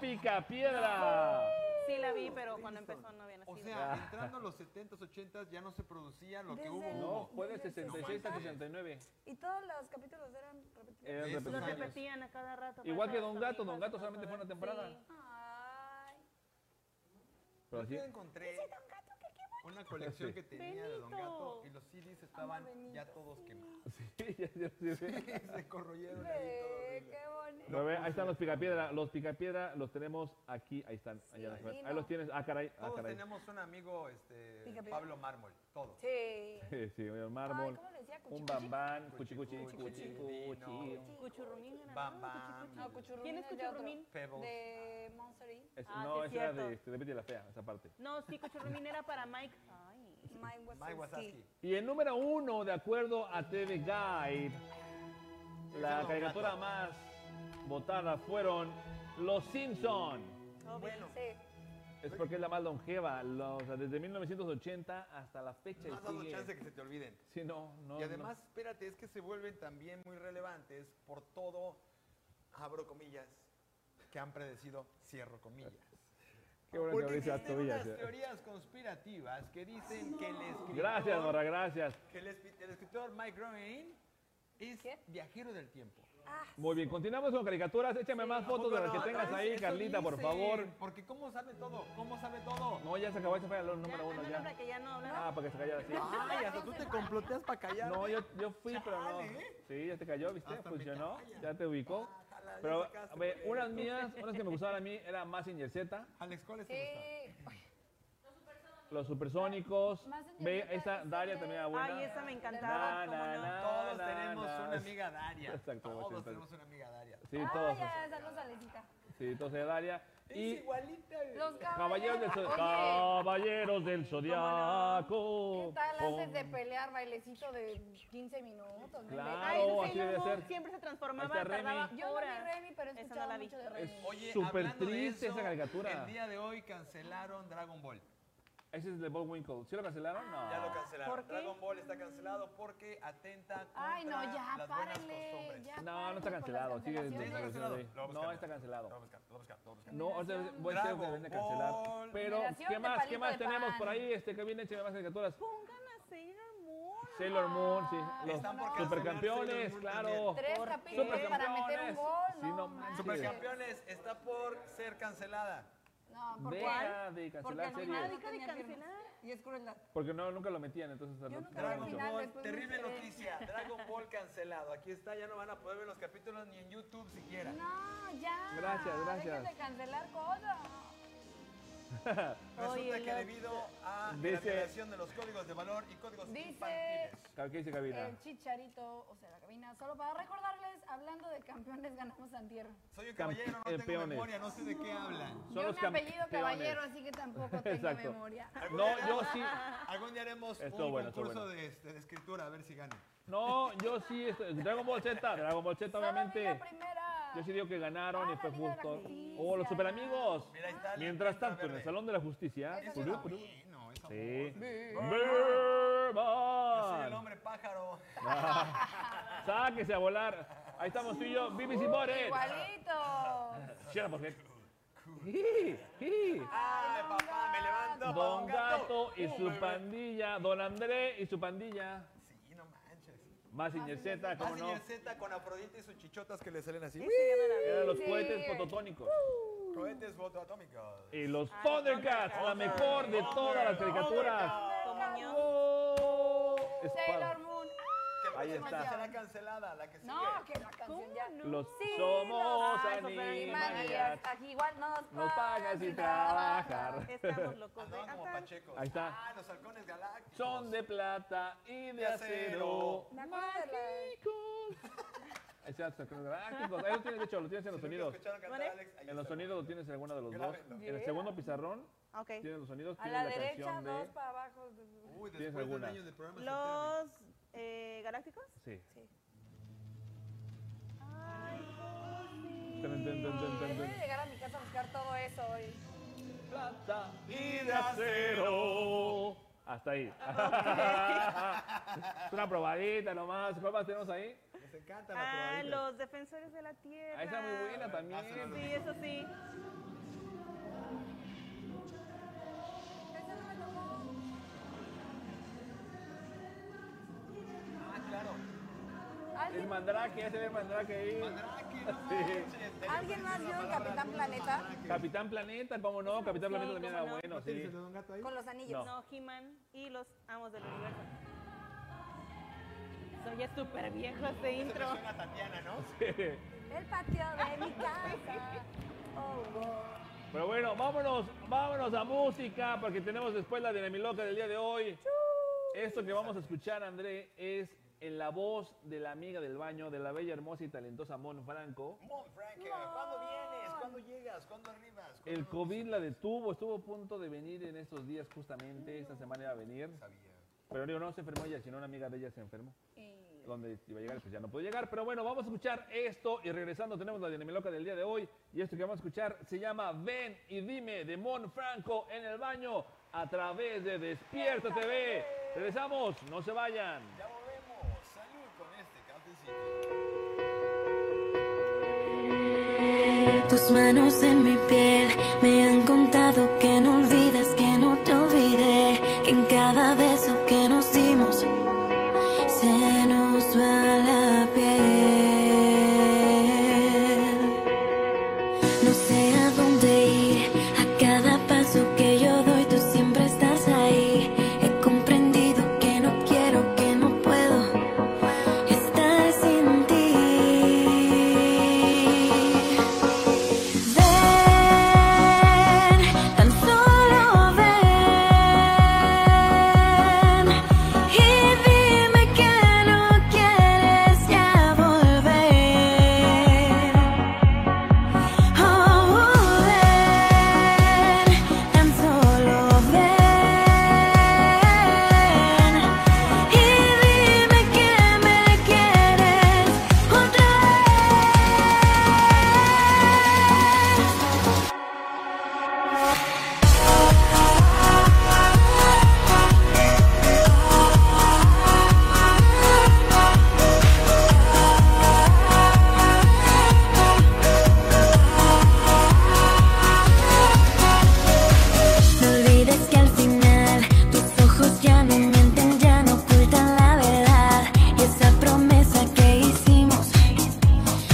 Speaker 1: picapiedra.
Speaker 4: Sí la vi, pero cuando empezó no había nacido.
Speaker 3: O
Speaker 1: Ah.
Speaker 3: sea, entrando los 70s, 80s ya no se producía lo que
Speaker 6: Desde
Speaker 3: hubo.
Speaker 6: el-
Speaker 1: No, fue del
Speaker 6: Desde el
Speaker 1: 66 al
Speaker 6: 60.
Speaker 1: 69.
Speaker 6: Y todos los capítulos eran repetidos.
Speaker 1: Eran
Speaker 3: De esos
Speaker 4: Los
Speaker 1: repeticiones.
Speaker 3: años.
Speaker 4: repetían a cada rato.
Speaker 1: Igual
Speaker 4: para
Speaker 1: que
Speaker 4: todas
Speaker 1: Don
Speaker 4: las
Speaker 1: Gato, Don
Speaker 4: amigas,
Speaker 1: Gato
Speaker 4: para
Speaker 1: solamente fue una
Speaker 4: todas.
Speaker 1: temporada.
Speaker 4: Sí.
Speaker 6: Ay.
Speaker 1: Pero sí, [LAUGHS]
Speaker 3: Yo encontré una colección que tenía de Don Gato y los CDs estaban ya todos quemados. [LAUGHS]
Speaker 1: sí, ya- ya- sí, sí.
Speaker 3: se corroyeron ahí todo
Speaker 6: Ve,
Speaker 3: horrible.
Speaker 6: qué bonito.
Speaker 1: Pero ve, ahí están los picapiedra. Los picapiedra los tenemos aquí. Ahí están. Allá los ves. ahí los tienes. Ah, caray. Ah,
Speaker 3: Todos
Speaker 1: caray.
Speaker 3: teníamos un amigo, este,
Speaker 6: Pica, pica.
Speaker 3: Pablo Mármol, todos.
Speaker 6: Sí.
Speaker 1: [LAUGHS] Sí, sí, el
Speaker 6: Ay,
Speaker 1: mármol.
Speaker 6: ¿cómo le decía?
Speaker 1: Un
Speaker 6: Cuchicuchi.
Speaker 1: bambán, cuchicuchi,
Speaker 3: Cuchicuchi,
Speaker 1: cuchicuchi.
Speaker 3: no.
Speaker 4: Cuchurrumín era, ¿no?
Speaker 3: Bam, bam.
Speaker 6: No, Cuchurrumín
Speaker 4: ¿Quién es
Speaker 6: de otro.
Speaker 4: Cuchurrumín?
Speaker 3: Pebbles.
Speaker 6: De Monstery.
Speaker 1: Es-
Speaker 4: Ah,
Speaker 1: no,
Speaker 4: sí,
Speaker 1: esa era
Speaker 4: cierto.
Speaker 1: de, este, de Betty la Fea, esa parte.
Speaker 4: No, sí, Cuchurrumín era para Mike. Ay.
Speaker 6: Mike Wazowski.
Speaker 3: Mike Wazowski.
Speaker 1: Y el número uno, de acuerdo a TV Guide,
Speaker 3: Ese
Speaker 1: la
Speaker 3: Don
Speaker 1: caricatura
Speaker 3: Gato.
Speaker 1: más votadas fueron Los Simpson.
Speaker 3: Bueno,
Speaker 6: Sí.
Speaker 1: Es porque es la más longeva, la- o sea, desde 1980 hasta la fecha. y
Speaker 3: no has dado
Speaker 1: sigue.
Speaker 3: chance que se te olviden.
Speaker 1: Sí, no, no.
Speaker 3: y
Speaker 1: no.
Speaker 3: además, espérate, es que se vuelven también muy relevantes por todo, abro comillas, que han predecido, cierro comillas.
Speaker 1: Qué bueno que
Speaker 3: Porque
Speaker 1: abriste las
Speaker 3: existen unas
Speaker 1: tobillas, eh.
Speaker 3: teorías conspirativas que dicen que el escritor,
Speaker 1: Gracias, Morra, gracias.
Speaker 3: que el, espi- el escritor Mike Groening es
Speaker 6: ¿Qué?
Speaker 3: viajero del tiempo.
Speaker 1: Muy bien, continuamos con caricaturas. Échame más fotos de las que
Speaker 3: No,
Speaker 1: tengas
Speaker 3: no,
Speaker 1: ahí,
Speaker 3: eso
Speaker 1: Carlita, por
Speaker 3: dicen,
Speaker 1: favor.
Speaker 3: Porque ¿cómo sabe todo? ¿Cómo sabe todo?
Speaker 1: No, ya se acabó, ese fue el
Speaker 4: Ya,
Speaker 1: número
Speaker 4: no,
Speaker 1: uno
Speaker 4: no, no, para
Speaker 1: ya.
Speaker 4: que ya no hablara.
Speaker 1: Ah, para que se callara así.
Speaker 3: Ay, hasta tú te comploteas para callar.
Speaker 1: No, yo, yo fui, pero no.
Speaker 3: Chale. ¿eh?
Speaker 1: Sí, ya te cayó, ¿viste?
Speaker 8: Hasta me
Speaker 1: Funcionó,
Speaker 8: calla.
Speaker 1: ya te ubicó.
Speaker 3: Ojalá, ya
Speaker 1: Pero,
Speaker 3: sacaste
Speaker 1: a ver,
Speaker 3: por ahí.
Speaker 1: unas mías, unas que me gustaban a mí, era Massinger Z,
Speaker 8: Alex, ¿cuál es tu gusta?
Speaker 6: Sí.
Speaker 1: Los Supersónicos.
Speaker 6: Mazinger
Speaker 1: Ve,
Speaker 6: Z,
Speaker 1: esa Daria también era buena.
Speaker 4: Ay, esa me
Speaker 1: Na,
Speaker 4: encantaba, cómo
Speaker 1: na,
Speaker 4: no.
Speaker 1: na.
Speaker 3: Todos
Speaker 1: na,
Speaker 3: tenemos
Speaker 1: na.
Speaker 3: una amiga Daria.
Speaker 1: Exacto,
Speaker 3: Todos
Speaker 1: bastante.
Speaker 3: tenemos una amiga Daria.
Speaker 1: Sí,
Speaker 6: Ah,
Speaker 1: todos.
Speaker 6: ya, saludos a Lecita.
Speaker 1: Sí, todos de Daria.
Speaker 3: Es ¿eh?
Speaker 1: Y
Speaker 3: igualita.
Speaker 6: Los
Speaker 1: Caballeros del, Zod-
Speaker 6: Oye,
Speaker 1: Caballeros del Zodiaco.
Speaker 6: ¿Qué tal antes de
Speaker 1: Pom.
Speaker 6: pelear bailecito de 15 minutos? no
Speaker 1: Claro.
Speaker 4: Ay, ese
Speaker 1: Oh, así debe
Speaker 4: Sailor Moon
Speaker 1: ser.
Speaker 4: siempre se transformaba,
Speaker 1: Ahí está Remy.
Speaker 4: tardaba
Speaker 6: inventes. Yo no vi
Speaker 4: horas.
Speaker 6: Remy, pero he
Speaker 4: Esa no
Speaker 6: escuchado
Speaker 4: la vi.
Speaker 6: mucho de
Speaker 1: Es-
Speaker 6: Remy.
Speaker 3: Oye,
Speaker 1: Súper
Speaker 3: hablando de
Speaker 1: triste
Speaker 3: eso,
Speaker 1: esa caricatura.
Speaker 3: El día de hoy cancelaron Dragon Ball.
Speaker 1: Ese es de Bullwinkle. ¿Sí lo cancelaron? No.
Speaker 3: Ya lo cancelaron.
Speaker 4: ¿Por qué?
Speaker 3: Dragon Ball está cancelado porque atenta contra
Speaker 6: Ay, no, ya,
Speaker 3: las buenas
Speaker 6: párenle.
Speaker 3: costumbres.
Speaker 6: ya
Speaker 1: No, no está
Speaker 6: párenle con las
Speaker 1: cancelado. Sigue
Speaker 6: cancelaciones.
Speaker 3: está cancelado?
Speaker 1: sí.
Speaker 3: Lo vamos a
Speaker 1: No,
Speaker 3: cambiar.
Speaker 1: está
Speaker 3: Lo
Speaker 1: cancelado.
Speaker 3: voy a buscar, lo voy a buscar, lo voy a buscar.
Speaker 1: No, ahorita
Speaker 6: Generación
Speaker 1: voy a decir que
Speaker 3: Dragon
Speaker 1: deben de cancelar.
Speaker 3: Ball.
Speaker 1: Pero, ¿qué
Speaker 6: Generación
Speaker 1: más?
Speaker 6: de
Speaker 1: ¿Qué más
Speaker 6: palito de
Speaker 1: tenemos
Speaker 6: pan.
Speaker 1: por ahí? Este que viene échame más caricaturas.
Speaker 4: Pongan a Sailor Moon.
Speaker 1: Sailor Moon, sí. Los
Speaker 3: Están por cancelar
Speaker 1: supercampeones,
Speaker 3: Sailor Moon
Speaker 1: claro.
Speaker 6: Tres
Speaker 4: ¿Por
Speaker 6: capítulos
Speaker 4: qué?
Speaker 6: para meter un gol.
Speaker 1: Sí, no
Speaker 6: no,
Speaker 1: manches.
Speaker 6: manches.
Speaker 3: Supercampeones está por ser cancelada.
Speaker 6: No, ¿por qué?
Speaker 1: Deja de
Speaker 6: Porque
Speaker 1: cancelar
Speaker 6: al
Speaker 1: series.
Speaker 6: final no Ah,
Speaker 4: Deja de
Speaker 6: tenía piernas.
Speaker 4: cancelar.
Speaker 6: Y es crueldad.
Speaker 1: Porque no, nunca lo metían, entonces no- no
Speaker 6: nunca lo
Speaker 1: mucho.
Speaker 3: Dragon
Speaker 6: final,
Speaker 3: Ball,
Speaker 6: después me
Speaker 3: terrible
Speaker 6: enteré.
Speaker 3: noticia. Dragon Ball cancelado. Aquí está, ya no van a poder ver los capítulos ni en YouTube siquiera.
Speaker 6: No, ya.
Speaker 1: Gracias, gracias.
Speaker 6: Dejen de cancelar cosas.
Speaker 3: Resulta
Speaker 4: Oye,
Speaker 3: que
Speaker 4: la-
Speaker 3: debido a la
Speaker 1: Dice-
Speaker 3: violación de los códigos de valor y códigos
Speaker 6: Dice-
Speaker 3: infantiles.
Speaker 1: ¿Qué dice Cabina?
Speaker 6: El chicharito, o sea, la cabina. Solo para recordarles, hablando de campeones, ganamos antier.
Speaker 3: Soy un caballero, no tengo
Speaker 1: Campeones.
Speaker 3: memoria, no sé de qué hablan.
Speaker 1: Son
Speaker 6: Yo
Speaker 1: los
Speaker 6: me apellido
Speaker 1: campeones.
Speaker 6: caballero, así
Speaker 1: [LAUGHS]
Speaker 6: que tampoco tengo
Speaker 1: Exacto.
Speaker 6: memoria.
Speaker 1: No, yo sí.
Speaker 3: Algún día haremos
Speaker 1: Estuvo
Speaker 3: un
Speaker 1: bueno, estuvo
Speaker 3: concurso
Speaker 1: bueno.
Speaker 3: de, este, de escritura, a ver si gano.
Speaker 1: No, yo sí. estoy- Dragon Ball Z, Dragon Ball Z,
Speaker 6: Solo vi
Speaker 1: obviamente.
Speaker 6: la primera.
Speaker 1: Yo sí digo que ganaron
Speaker 6: Ah,
Speaker 1: y fue
Speaker 6: la Liga de la
Speaker 1: justo.
Speaker 6: Justicia.
Speaker 1: O los superamigos.
Speaker 3: Mira, ahí está la
Speaker 1: Mientras
Speaker 3: cinta
Speaker 1: tanto, en el
Speaker 3: verde.
Speaker 1: Salón de la Justicia.
Speaker 6: Esa
Speaker 1: Purú,
Speaker 6: sí la
Speaker 1: purú.
Speaker 3: Bueno, esa
Speaker 1: Sí.
Speaker 3: voz. Yo soy el
Speaker 1: Berman.
Speaker 3: hombre pájaro.
Speaker 1: Sáquese a volar. Ahí estamos tú y yo. BBC Bored.
Speaker 6: Igualito.
Speaker 1: Shut up, Jorge. Sí, sí.
Speaker 3: Ay, papá, me levanto. pa'
Speaker 1: Don
Speaker 3: un gato. Uh,
Speaker 1: Gato Uh, y
Speaker 3: Un
Speaker 1: su
Speaker 3: bebé.
Speaker 1: pandilla. Don André y su pandilla.
Speaker 3: Sí, no manches.
Speaker 1: Más Z,
Speaker 3: Más
Speaker 1: cómo no.
Speaker 3: señor Z con Afrodita y sus chichotas que le salen así.
Speaker 1: [LAUGHS] Eran los
Speaker 6: Sí.
Speaker 1: cohetes fototónicos.
Speaker 3: Cohetes fotoatómicos.
Speaker 1: Y Uh. Ah, los Thundercats, la mejor de todas las caricaturas.
Speaker 4: Como ño.
Speaker 1: ¡Oh!
Speaker 6: Sailor
Speaker 1: Espada.
Speaker 6: Moon.
Speaker 3: Que
Speaker 1: Ahí
Speaker 3: próxima
Speaker 1: está.
Speaker 3: será cancelada la que sigue.
Speaker 6: No, que la canción ya.
Speaker 1: Los
Speaker 6: Sí,
Speaker 1: somos
Speaker 4: los-
Speaker 1: animales.
Speaker 6: Animaniacs, Aquí igual nos,
Speaker 1: No pagas
Speaker 6: y
Speaker 1: sin trabajar.
Speaker 4: Estamos locos ¿eh? de
Speaker 3: Andaban como
Speaker 4: Atán.
Speaker 3: pachecos.
Speaker 1: Ahí está.
Speaker 3: Ah, los halcones galácticos.
Speaker 1: Son de plata y de acero.
Speaker 6: Me acuerdo de la-
Speaker 1: Exacto, con los galácticos. Ahí lo tienes, de hecho, lo tienes en los
Speaker 3: Si nunca
Speaker 1: sonidos.
Speaker 3: escucharon cantar,
Speaker 4: ¿Vale?
Speaker 3: Alex, ahí
Speaker 1: En los
Speaker 3: está.
Speaker 1: sonidos lo tienes en alguno de los dos.
Speaker 3: Grábenlo.
Speaker 1: En el segundo pizarrón
Speaker 4: Ok.
Speaker 1: tienes los sonidos,
Speaker 6: A
Speaker 1: tienes
Speaker 6: la
Speaker 1: la
Speaker 6: derecha,
Speaker 1: canción
Speaker 6: dos
Speaker 1: de...
Speaker 6: para abajo.
Speaker 3: Uy,
Speaker 1: ¿Tienes
Speaker 3: después de un
Speaker 1: alguna?
Speaker 3: año de programa
Speaker 4: Los eh, galácticos.
Speaker 1: Sí. Tan, tan, tan, tan, tan,
Speaker 6: Voy
Speaker 1: tan.
Speaker 6: a llegar a mi casa a buscar todo eso hoy.
Speaker 1: plata y de acero. Hasta ahí. es una probadita nomás. ¿Cuál más tenemos ahí?
Speaker 3: Les encanta la
Speaker 4: Ah,
Speaker 3: probadita.
Speaker 4: los defensores de la tierra.
Speaker 1: Ahí está Ah, muy buena también.
Speaker 4: Sí, eso sí.
Speaker 6: Eso no me tocó.
Speaker 3: Ah, claro.
Speaker 1: El
Speaker 6: ¿Alguien,
Speaker 1: mandrake, ese ve el mandrake ahí.
Speaker 3: Mandrake, no manches.
Speaker 6: ¿Alguien más vio el Capitán Planeta?
Speaker 1: Capitán Planeta, ¿cómo no? Capitán
Speaker 4: Sí,
Speaker 1: Planeta también
Speaker 4: cómo
Speaker 1: era
Speaker 4: no.
Speaker 1: bueno, sí.
Speaker 8: Don Gato ahí?
Speaker 6: Con los anillos.
Speaker 4: No, He-Man y los amos del universo. Soy súper viejo este intro.
Speaker 3: Es una Tatiana, ¿no?
Speaker 6: El patio de mi
Speaker 4: [LAUGHS]
Speaker 6: casa. Oh, wow.
Speaker 1: Pero bueno, vámonos, vámonos a música, porque tenemos después la dinamiloca del día de hoy. Esto que vamos a escuchar, André, es en la voz de la amiga del baño, de la bella, hermosa y talentosa Mon Franco.
Speaker 3: Mon Franke, ¿cuándo vienes? ¿Cuándo llegas? ¿Cuándo arribas? ¿Cuándo
Speaker 1: El
Speaker 3: no?
Speaker 1: COVID la detuvo, estuvo a punto de venir en estos días justamente, esta semana iba a venir,
Speaker 3: Sabía.
Speaker 1: pero digo, no se enfermó ella, sino una amiga de ella se enfermó.
Speaker 6: Y-
Speaker 1: donde iba a llegar, pues ya no pudo llegar. Pero bueno, vamos a escuchar esto y regresando tenemos la dinamiloca del día de hoy. Y esto que vamos a escuchar se llama Ven y Dime de Monfranco en el baño a través de Despierta TV. Regresamos, no se vayan.
Speaker 8: Ya volvemos. Salud con este cafecito.
Speaker 9: Tus manos en mi piel me han contado que no olvidas, que no te olvidé, que en cada beso que nos dimos se nos va la piel. No sé a dónde ir, a cada paso que yo doy tú siempre estás ahí. He comprendido que no quiero, que no puedo estar sin ti. Ven, tan solo ven y dime que no quieres ya volver. Oh, ven, tan solo ven y dime que me quieres otra vez. No olvides que al final tus ojos ya no mienten, ya no ocultan la verdad. Y esa promesa que hicimos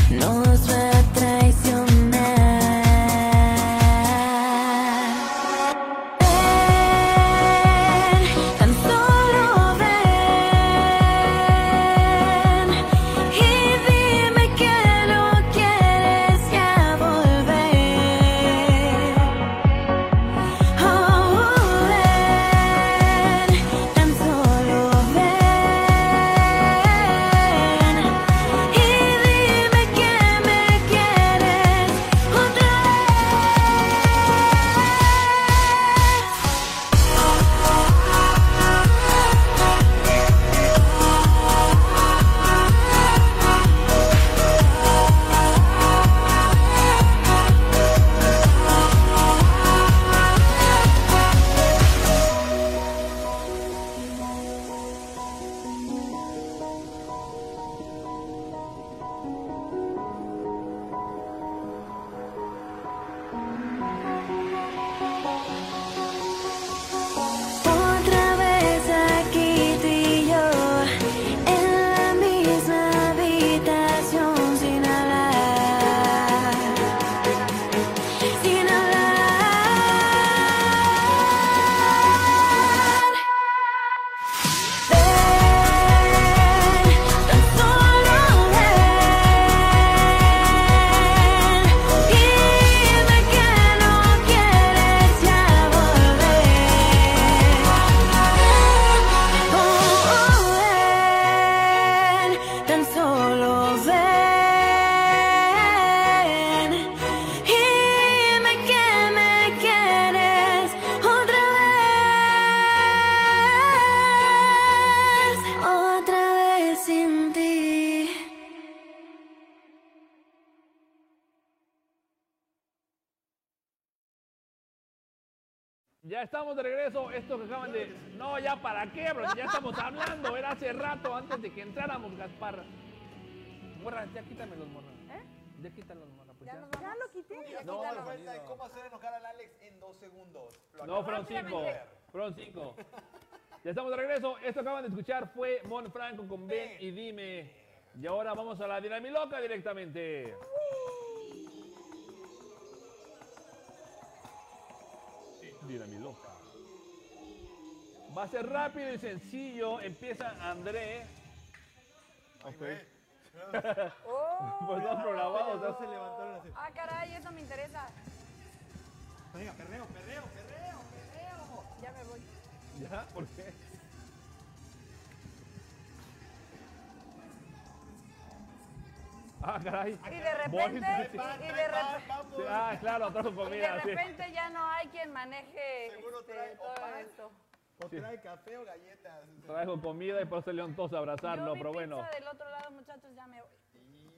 Speaker 9: nos va a traicionar. Ven, tan solo ven y dime que no quieres ya volver. Oh, ven, tan solo ven y dime que me quieres otra vez. Otra vez aquí tú y yo en la misma habitación sin hablar, sin hablar. Ven, tan solo ven y dime que no quieres ya volver. Oh, ven, tan solo ven y dime que me quieres otra vez, otra vez sin ti.
Speaker 1: Ya estamos de regreso. Esto que acaban de. No, ya para qué, bro. Ya estamos hablando. Era hace rato antes de que entráramos, Gaspar. Morra, ya quítame los morra. ¿Eh? Ya quítame los morra. Pues
Speaker 6: Ya
Speaker 1: ya.
Speaker 6: nos vamos.
Speaker 4: Ya lo quité.
Speaker 8: No,
Speaker 6: Quítalo.
Speaker 8: Alfredo, ¿y ¿cómo hacer enojar al Alex en dos segundos? Lo
Speaker 1: No,
Speaker 8: acabo
Speaker 1: fueron
Speaker 8: de
Speaker 1: cinco.
Speaker 8: hacer.
Speaker 1: Fueron cinco. Ya estamos de regreso. Esto que acaban de escuchar fue Mon Franco con Ben y Dime. Y ahora vamos a la dinamiloca directamente. Dinamiloca. Va a ser rápido y sencillo. Empieza André.
Speaker 6: ¡Oh!
Speaker 1: Pues no programados. ¿no?
Speaker 8: levantaron así.
Speaker 6: ¡Ah, caray! Eso me interesa.
Speaker 8: Venga, perreo, perreo, perreo, perreo.
Speaker 6: Ya me voy.
Speaker 1: ¿Ya? ¿Por qué? Ah, caray.
Speaker 6: Y de repente,
Speaker 1: Voy.
Speaker 6: y de,
Speaker 8: Va,
Speaker 6: rep-
Speaker 8: vamos.
Speaker 1: Ah, claro, atrás con
Speaker 6: y de
Speaker 1: comida. sí.
Speaker 6: repente ya no hay quien maneje
Speaker 8: Seguro
Speaker 6: este,
Speaker 8: trae
Speaker 6: todo
Speaker 8: opal.
Speaker 6: esto.
Speaker 3: O trae café o galletas.
Speaker 1: Trajo comida y por eso León todos a abrazarlo,
Speaker 6: Yo vi
Speaker 1: pero bueno.
Speaker 6: pizza del otro lado, muchachos, ya me voy.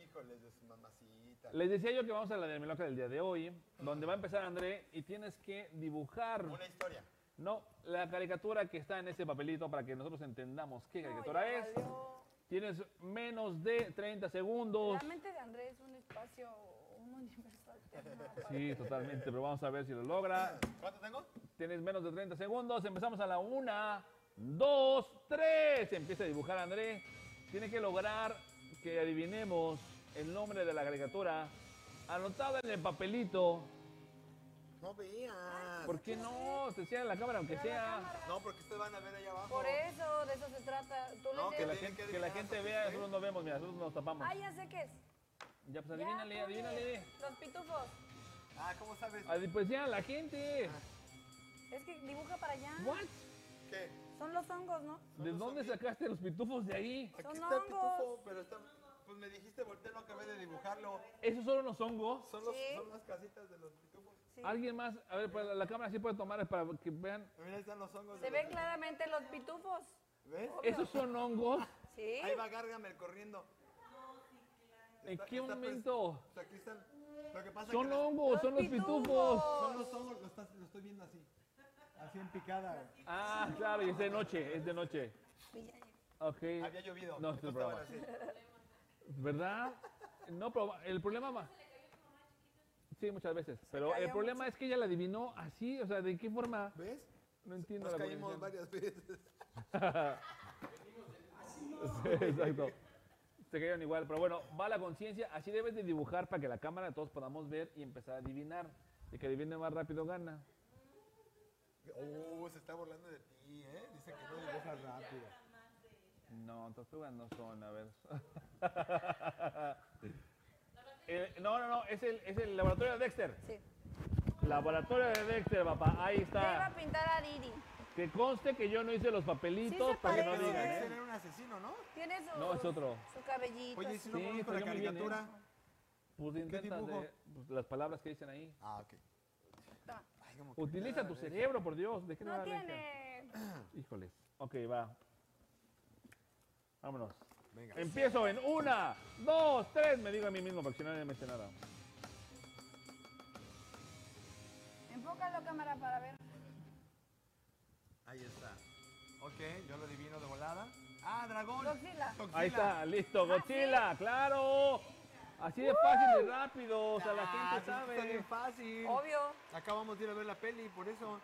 Speaker 3: Híjoles de su mamacita.
Speaker 1: Les decía yo que vamos a la del loca del día de hoy, donde va a empezar André y tienes que dibujar,
Speaker 3: Una historia.
Speaker 1: no, la caricatura que está en ese papelito para que nosotros entendamos qué
Speaker 6: No,
Speaker 1: caricatura
Speaker 6: ya
Speaker 1: es.
Speaker 6: valió.
Speaker 1: Tienes menos de 30 segundos.
Speaker 6: La mente de Andrés es un espacio, un universo alterno.
Speaker 1: Sí, totalmente, pero vamos a ver si lo logra.
Speaker 3: ¿Cuánto tengo?
Speaker 1: Tienes menos de 30 segundos. Empezamos a la 1, 2, 3. Empieza a dibujar André. Tiene que lograr que adivinemos el nombre de la caricatura anotada en el papelito.
Speaker 3: No veas.
Speaker 1: ¿Por qué no? Te cierra la cámara, aunque sea.
Speaker 3: No, porque ustedes van a ver allá abajo.
Speaker 6: Por e- eso, de eso se trata. Tú
Speaker 3: No,
Speaker 6: le
Speaker 1: Que
Speaker 3: que
Speaker 1: la
Speaker 3: tienen
Speaker 6: dices-
Speaker 1: gente,
Speaker 3: que
Speaker 1: que la
Speaker 3: adivinar,
Speaker 1: gente
Speaker 3: porque
Speaker 1: vea,
Speaker 3: ustedes-
Speaker 1: nosotros nos vemos, mira, nosotros nos tapamos.
Speaker 6: Ah, ya sé qué es.
Speaker 1: Ya, pues
Speaker 6: Ya,
Speaker 1: adivínale,
Speaker 6: ponle
Speaker 1: adivínale.
Speaker 6: Los pitufos.
Speaker 3: Ah, ¿cómo sabes?
Speaker 1: Adi- Pues ya, la gente.
Speaker 6: Es que dibuja para allá.
Speaker 1: ¿What?
Speaker 3: ¿Qué?
Speaker 6: Son los hongos, ¿no?
Speaker 1: ¿De dónde sacaste los pitufos de ahí?
Speaker 3: Aquí
Speaker 6: Son
Speaker 3: está el pitufo,
Speaker 6: hongos.
Speaker 3: pero está... Pues me dijiste voltear, no acabé de dibujarlo.
Speaker 1: ¿Esos son unos hongos?
Speaker 3: Son, los,
Speaker 6: Sí.
Speaker 3: son las casitas de los pitufos.
Speaker 6: Sí.
Speaker 1: ¿Alguien más? A ver, para la, la cámara sí puede tomar para que vean.
Speaker 3: Mira, ahí están los hongos.
Speaker 6: Se
Speaker 3: de
Speaker 6: ven
Speaker 3: los-
Speaker 6: claramente los pitufos.
Speaker 3: ¿Ves?
Speaker 1: ¿Esos son hongos?
Speaker 6: Sí.
Speaker 3: Ahí va Gargamel corriendo.
Speaker 1: ¿En
Speaker 3: Está-
Speaker 1: qué
Speaker 3: está pres-
Speaker 1: momento?
Speaker 3: O sea, aquí están... Lo que pasa
Speaker 1: Son
Speaker 3: que... las-
Speaker 1: hongos, son los pitufos.
Speaker 3: Son los hongos, lo, estás- lo estoy viendo así. Así en picada.
Speaker 1: Ah, claro, y es de noche, es de noche.
Speaker 6: Y ya llegó.
Speaker 1: Ok.
Speaker 3: Había llovido.
Speaker 1: No, esto es
Speaker 3: estaban
Speaker 1: broma.
Speaker 3: así.
Speaker 1: ¿Verdad? No, pero el problema más. Sí, muchas veces. Pero el
Speaker 6: cayó
Speaker 1: problema es que ella la adivinó así, o sea, ¿de qué forma?
Speaker 3: ¿Ves?
Speaker 1: No entiendo
Speaker 3: Nos
Speaker 1: la
Speaker 3: caímos
Speaker 1: conexión.
Speaker 3: varias veces. [LAUGHS]
Speaker 1: Sí, [LAUGHS] exacto. Se cayeron igual, pero bueno, va la conciencia. Así debes de dibujar para que la cámara todos podamos ver y empezar a adivinar. El que adivine más rápido gana.
Speaker 3: Uh, se está burlando de ti, ¿eh? Dice que no dibujas rápido.
Speaker 1: No, tortugas no son, a ver. [LAUGHS] Eh, no, no, no, es el, es el laboratorio de Dexter.
Speaker 6: Sí.
Speaker 1: Laboratorio de Dexter, papá, ahí
Speaker 6: Yo iba a
Speaker 1: está.
Speaker 6: pintar a Diri.
Speaker 1: Que conste que yo no hice los papelitos
Speaker 6: Sí se
Speaker 1: para que no
Speaker 6: parece.
Speaker 1: digan,
Speaker 3: Dexter
Speaker 1: ¿eh?
Speaker 3: era un asesino, ¿no?
Speaker 6: Tiene su,
Speaker 1: No, es otro.
Speaker 6: su cabellito.
Speaker 3: Oye, ¿y si no
Speaker 1: Sí,
Speaker 3: conozco
Speaker 1: salió
Speaker 3: la
Speaker 1: muy bien, ¿eh?
Speaker 3: caricatura.
Speaker 1: Pues intenta
Speaker 3: dibujo?
Speaker 1: de- pues, las palabras que dicen ahí.
Speaker 3: Ah, ok.
Speaker 6: Toma.
Speaker 3: Ay, como que
Speaker 1: Utiliza
Speaker 3: nada
Speaker 1: tu
Speaker 3: de-
Speaker 1: cerebro, por Dios. ¿de qué
Speaker 6: No
Speaker 1: nada de Dexter?
Speaker 6: tiene.
Speaker 1: Híjoles. Ok, va. Vámonos.
Speaker 3: Venga.
Speaker 1: Empiezo en una, dos, tres. Me digo a mí mismo para que si no nadie me dice nada.
Speaker 6: Enfócalo cámara para ver.
Speaker 3: Ahí está. Ok, yo lo adivino de volada. Ah, dragón.
Speaker 6: Godzilla. Uh.
Speaker 3: Toxila. Ah,
Speaker 1: Ahí está, listo, Godzilla, claro. Así de fácil y rápido, o sea, la
Speaker 3: Ah,
Speaker 1: gente
Speaker 3: sí, Está
Speaker 1: sabe.
Speaker 3: bien fácil.
Speaker 6: Obvio.
Speaker 3: Acabamos de ir a ver la peli, por eso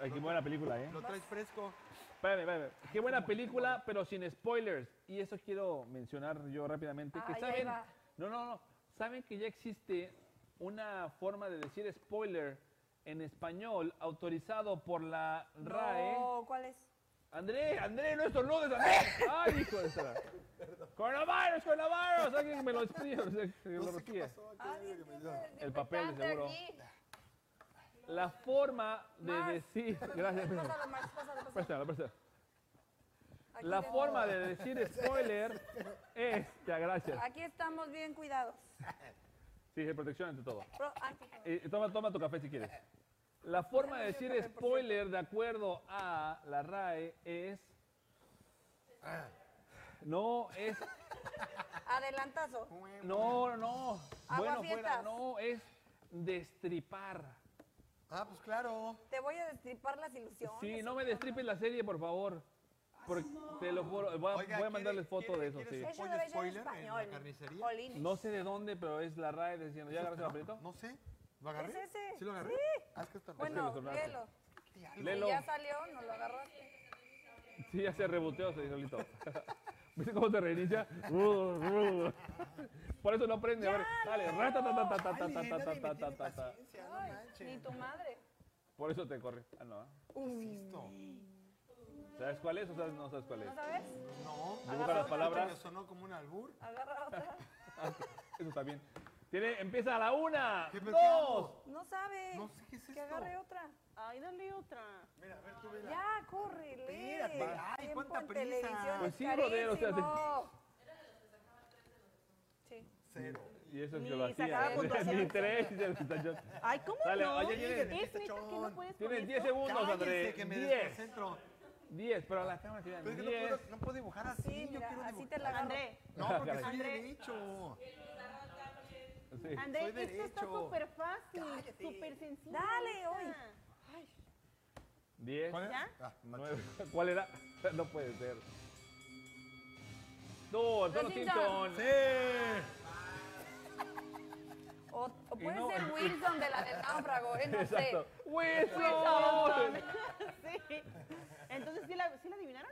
Speaker 1: Ay, qué buena película, ¿eh?
Speaker 3: lo traes fresco.
Speaker 1: Espérame, espérame. Qué buena película, pero sin spoilers. Y eso quiero mencionar yo rápidamente. Que
Speaker 6: Ay, ahí
Speaker 1: saben,
Speaker 6: va.
Speaker 1: no, no, no. Saben que ya existe una forma de decir spoiler en español autorizado por la RAE.
Speaker 6: No, ¿cuál es?
Speaker 1: André, André, no estornudes,
Speaker 6: [LAUGHS]
Speaker 1: André. Ay, hijo de esa. Coronavirus, coronavirus. Alguien me lo explica. o sea, que lo rocíe.
Speaker 6: Ah, sí, sí, sí,
Speaker 1: El papel, de
Speaker 6: picante
Speaker 1: seguro.
Speaker 6: aquí.
Speaker 1: La forma de
Speaker 6: Marx.
Speaker 1: decir. Gracias.
Speaker 6: Pásalo, Max, pásalo, pásalo.
Speaker 1: Préstame, préstame.
Speaker 6: Aquí
Speaker 1: La
Speaker 6: te-
Speaker 1: forma de decir spoiler es. Ya, gracias.
Speaker 6: Aquí estamos bien cuidados.
Speaker 1: Sí, de protección ante todo.
Speaker 6: Pro- ah, sí, perdón.
Speaker 1: Eh, toma, toma tu café si quieres. La forma de decir spoiler de acuerdo a la RAE es. No, es.
Speaker 6: Adelantazo.
Speaker 1: No, no, no. Bueno, fuera,
Speaker 6: Aguafiestas.
Speaker 1: no, es destripar.
Speaker 3: Ah, pues claro.
Speaker 6: Te voy a destripar las ilusiones.
Speaker 1: Sí, no me destripes la serie, por favor. Porque, te lo juro, voy a,
Speaker 3: Oiga,
Speaker 1: voy a
Speaker 3: ¿quiere-
Speaker 1: mandarles foto de
Speaker 3: quiere-
Speaker 1: eso, sí.
Speaker 3: quiere
Speaker 6: Eso
Speaker 3: Oye,
Speaker 6: debe ser
Speaker 3: spoiler, en la
Speaker 6: español.
Speaker 3: carnicería.
Speaker 6: Jolines.
Speaker 1: No sé de dónde, pero es la RAE diciendo, ¿ya agarraste el papelito?
Speaker 3: No sé. ¿Lo agarré?
Speaker 6: Es ese.
Speaker 3: ¿Sí lo agarré? Ah, es que esto-
Speaker 1: lo
Speaker 6: Bueno,
Speaker 1: sonaste.
Speaker 6: léelo.
Speaker 1: Lelo.
Speaker 6: Si ya salió, no lo agarraste.
Speaker 1: Sí, ya se reboteó, se hizo solito. [LAUGHS] ¿Viste cómo se
Speaker 3: [LAUGHS]
Speaker 1: reinicia? Por eso no prende. A ver, dale.
Speaker 3: Ay, nadie me tiene
Speaker 1: ratatatatatatatata.
Speaker 3: paciencia, no
Speaker 6: Ay,
Speaker 3: manches.
Speaker 6: ni tu madre.
Speaker 1: Por eso te corre. Ah, no. ¿eh?
Speaker 3: Insisto.
Speaker 1: ¿Sabes cuál es o sabes- no sabes cuál es? Ah,
Speaker 6: ¿No sabes?
Speaker 3: No.
Speaker 1: Dibuja las palabras.
Speaker 3: Me sonó como un albur.
Speaker 6: Agarra otra.
Speaker 1: Eso está bien. Tiene, empieza a la una,
Speaker 3: ¿Qué
Speaker 1: dos,
Speaker 3: pensamos?
Speaker 6: No sabe.
Speaker 3: No sé qué es
Speaker 6: Que
Speaker 3: esto.
Speaker 6: agarre otra.
Speaker 4: Ay, dale otra.
Speaker 3: Mira, a ver, tú vela.
Speaker 6: Ya, corre, lee.
Speaker 3: Espérate, ay,
Speaker 6: Tiempo
Speaker 3: cuánta
Speaker 6: en
Speaker 3: prisa.
Speaker 6: televisión
Speaker 1: Pues
Speaker 6: es
Speaker 1: sí, brother, o sea,
Speaker 6: carísimo. Sí.
Speaker 3: Cero.
Speaker 1: Y eso es que
Speaker 4: Ni
Speaker 1: lo hacía.
Speaker 4: sacaba
Speaker 1: [LAUGHS]
Speaker 4: puntuación.
Speaker 1: Ni tres. y se les tachó.
Speaker 4: Ay, ¿cómo
Speaker 1: Dale,
Speaker 4: no?
Speaker 1: oye,
Speaker 4: ¿Es
Speaker 1: Jenny,
Speaker 4: neta que no puedes con
Speaker 3: Este
Speaker 1: Tienes
Speaker 4: esto?
Speaker 1: 10 segundos,
Speaker 3: Cállense,
Speaker 1: André.
Speaker 3: que me
Speaker 1: 10,
Speaker 3: desconcentro.
Speaker 1: 10, pero a la cámara se vean
Speaker 3: Pero es que no
Speaker 1: 10.
Speaker 3: puedo, no puedo dibujar así.
Speaker 6: Sí,
Speaker 3: yo
Speaker 6: mira,
Speaker 3: quiero
Speaker 6: así te
Speaker 3: dibujar.
Speaker 6: la agarro.
Speaker 4: André,
Speaker 3: No, porque soy
Speaker 4: André.
Speaker 3: derecho.
Speaker 1: Sí.
Speaker 4: André,
Speaker 3: Soy
Speaker 4: esto está
Speaker 3: derecho.
Speaker 4: súper fácil, súper sencillo.
Speaker 6: Dale, hoy.
Speaker 4: ahorita.
Speaker 1: 10,
Speaker 8: ¿Cuál
Speaker 4: ¿Ya?
Speaker 8: Ah,
Speaker 3: Pues,
Speaker 8: macho.
Speaker 1: 9. [LAUGHS] ¿Cuál era? No puede ser. Tú, son los Simpsons.
Speaker 3: Sí.
Speaker 6: O, o puede
Speaker 1: no,
Speaker 6: ser Wilson de la del náufrago, ¿eh?
Speaker 1: [LAUGHS]
Speaker 6: No
Speaker 1: Exacto.
Speaker 6: sé.
Speaker 1: ¡Wilson!
Speaker 4: sí. Entonces, ¿sí la, ¿sí la adivinaron?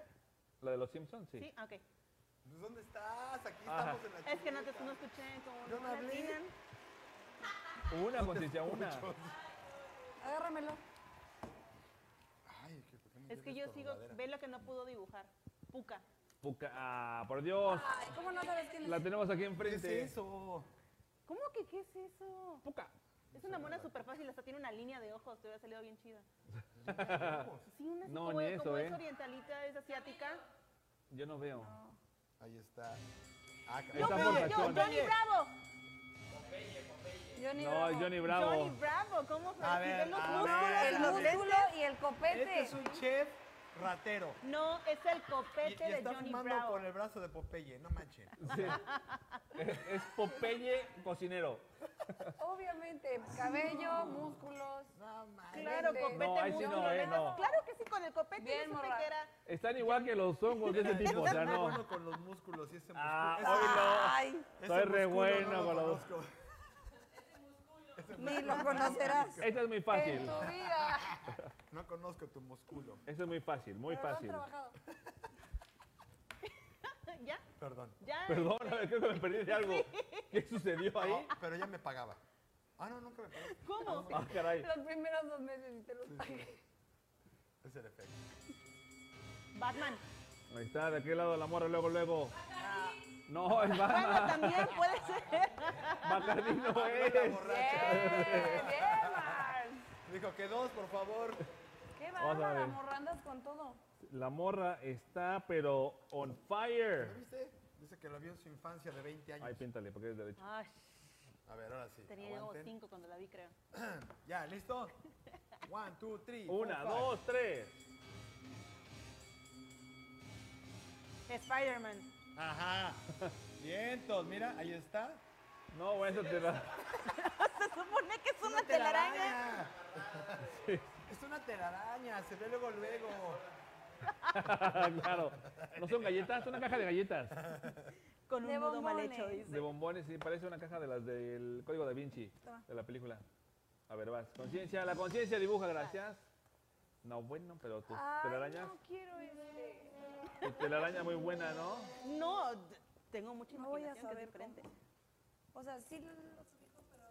Speaker 1: ¿La de los Simpsons? Sí.
Speaker 4: Sí, ah, ok.
Speaker 3: Pues, ¿Dónde estás? Aquí
Speaker 1: Ajá.
Speaker 3: estamos en la
Speaker 4: Es que no, te,
Speaker 3: chuleta.
Speaker 4: no escuché como
Speaker 3: Yo no
Speaker 4: no la
Speaker 3: hablé.
Speaker 4: adivinan.
Speaker 1: Una,
Speaker 3: [LAUGHS]
Speaker 1: conciencia, una.
Speaker 6: Agárramelo.
Speaker 8: Ay, que, ¿por qué me
Speaker 4: Es que
Speaker 8: llevo
Speaker 4: yo
Speaker 8: esta
Speaker 4: sigo,
Speaker 8: rodadera?
Speaker 4: ve lo que no pudo dibujar. Puca.
Speaker 1: Puca- ah, por Dios.
Speaker 6: Ay, ¿cómo no sabes quién es?
Speaker 1: La tenemos aquí
Speaker 3: ¿Qué es
Speaker 1: enfrente.
Speaker 3: eso?
Speaker 4: ¿Cómo que qué es eso?
Speaker 1: Puca.
Speaker 4: Es una mona súper fácil, hasta tiene una línea de ojos, te hubiera salido bien
Speaker 3: [LAUGHS]
Speaker 4: chida. Sí, una así
Speaker 1: No,
Speaker 4: como,
Speaker 1: ni
Speaker 4: de-
Speaker 1: eso,
Speaker 4: como
Speaker 1: ¿eh?
Speaker 4: es orientalita, es asiática.
Speaker 1: Yo no veo.
Speaker 8: Ahí está. Ah,
Speaker 4: Yo
Speaker 1: Esa
Speaker 8: caray.
Speaker 4: veo, yo,
Speaker 1: formación.
Speaker 4: Johnny Bravo.
Speaker 6: Johnny
Speaker 1: No,
Speaker 6: Bravo.
Speaker 1: es Johnny Bravo.
Speaker 4: Johnny Bravo, ¿cómo se
Speaker 3: A
Speaker 4: si
Speaker 3: ver,
Speaker 4: ven los
Speaker 3: a
Speaker 4: músculos?
Speaker 3: ver,
Speaker 6: El
Speaker 3: a ver.
Speaker 6: músculo y el copete.
Speaker 3: Este es un chef ratero.
Speaker 4: No, es el
Speaker 3: Y, y
Speaker 4: copete de
Speaker 3: está
Speaker 4: Johnny
Speaker 3: fumando
Speaker 4: Bravo.
Speaker 3: con el brazo de Popeye, no manchen.
Speaker 6: [LAUGHS]
Speaker 1: Sí. es, es Popeye cocinero.
Speaker 6: Obviamente, cabello, músculos.
Speaker 3: No manchen.
Speaker 4: Claro,
Speaker 6: No,
Speaker 4: copete
Speaker 1: ahí sí
Speaker 4: músculo,
Speaker 1: no, eh,
Speaker 4: nada más.
Speaker 1: no.
Speaker 4: Claro que sí, con el copete
Speaker 6: Bien,
Speaker 4: yo supe
Speaker 6: morra.
Speaker 4: que era.
Speaker 1: Están igual que los hongos de ese
Speaker 3: Mira,
Speaker 1: tipo,
Speaker 3: yo
Speaker 1: o sea,
Speaker 3: soy re
Speaker 1: no.
Speaker 3: bueno con los músculos y ese músculo.
Speaker 1: Ah,
Speaker 3: ese-
Speaker 1: hoy no.
Speaker 3: ese
Speaker 1: Soy re
Speaker 3: músculo no
Speaker 1: bueno
Speaker 3: lo
Speaker 1: con los...
Speaker 3: conozco.
Speaker 6: Ni lo conocerás.
Speaker 1: Esta es muy
Speaker 6: En
Speaker 1: fácil.
Speaker 6: tu vida.
Speaker 3: No conozco tu músculo.
Speaker 1: Esta es muy fácil, muy
Speaker 6: Pero lo has
Speaker 1: fácil.
Speaker 6: trabajado.
Speaker 4: ¿Ya?
Speaker 8: Perdón.
Speaker 4: ¿Ya?
Speaker 1: Perdón, a ver, creo que me perdí de
Speaker 6: [LAUGHS]
Speaker 1: algo. ¿Qué sucedió ahí?
Speaker 8: Pero ya me pagaba. Ah, no, nunca me pagó.
Speaker 4: ¿Cómo?
Speaker 1: Ah, caray.
Speaker 6: Los primeros dos meses y te los pagué.
Speaker 8: Es el efecto.
Speaker 4: Batman.
Speaker 1: Ahí está, de aquel lado de la morra, luego, luego. No, es
Speaker 4: Bueno,
Speaker 1: Batman.
Speaker 4: también puede ser.
Speaker 1: Bacardí [LAUGHS] no
Speaker 3: Ah, La
Speaker 1: es.
Speaker 3: borracha.
Speaker 6: Bien, bien, Mar.
Speaker 3: Dijo que dos, por favor.
Speaker 6: Qué
Speaker 1: Vamos a
Speaker 6: bárbara,
Speaker 1: ver.
Speaker 6: morrandas con todo.
Speaker 1: La morra está, pero on fire.
Speaker 8: ¿Lo viste? Dice que lo vio en su infancia de 20 años.
Speaker 1: Ay, píntale, porque es derecho.
Speaker 4: Ay,
Speaker 8: A ver, ahora sí.
Speaker 4: tenía yo como
Speaker 8: aguanten.
Speaker 4: cinco cuando la vi, creo.
Speaker 3: Ya, ¿listo? One, two, three. four,
Speaker 1: Una,
Speaker 3: five.
Speaker 1: dos, tres.
Speaker 4: Spider-Man.
Speaker 3: Ajá. Vientos, mira, ahí está.
Speaker 1: No, bueno, eso te da. [LAUGHS]
Speaker 4: Se supone que es una telaraña.
Speaker 3: [LAUGHS] Es una telaraña, se ve luego, luego.
Speaker 1: claro. No son galletas, es una caja de galletas.
Speaker 4: Con un
Speaker 6: De
Speaker 4: nudo mal
Speaker 6: bombones.
Speaker 4: hecho, dice.
Speaker 1: De bombones, sí, parece una caja de las del código da Vinci,
Speaker 6: Toma.
Speaker 1: de la película. A ver, vas. Conciencia, la conciencia dibuja, gracias. No, bueno, pero tus
Speaker 6: Ay,
Speaker 1: telarañas,
Speaker 6: no quiero este.
Speaker 1: tu telaraña muy buena, ¿no?
Speaker 4: No, d- tengo mucha
Speaker 6: No voy a
Speaker 4: imaginación que es
Speaker 6: saber
Speaker 4: diferente.
Speaker 6: O sea, sí los ubico, pero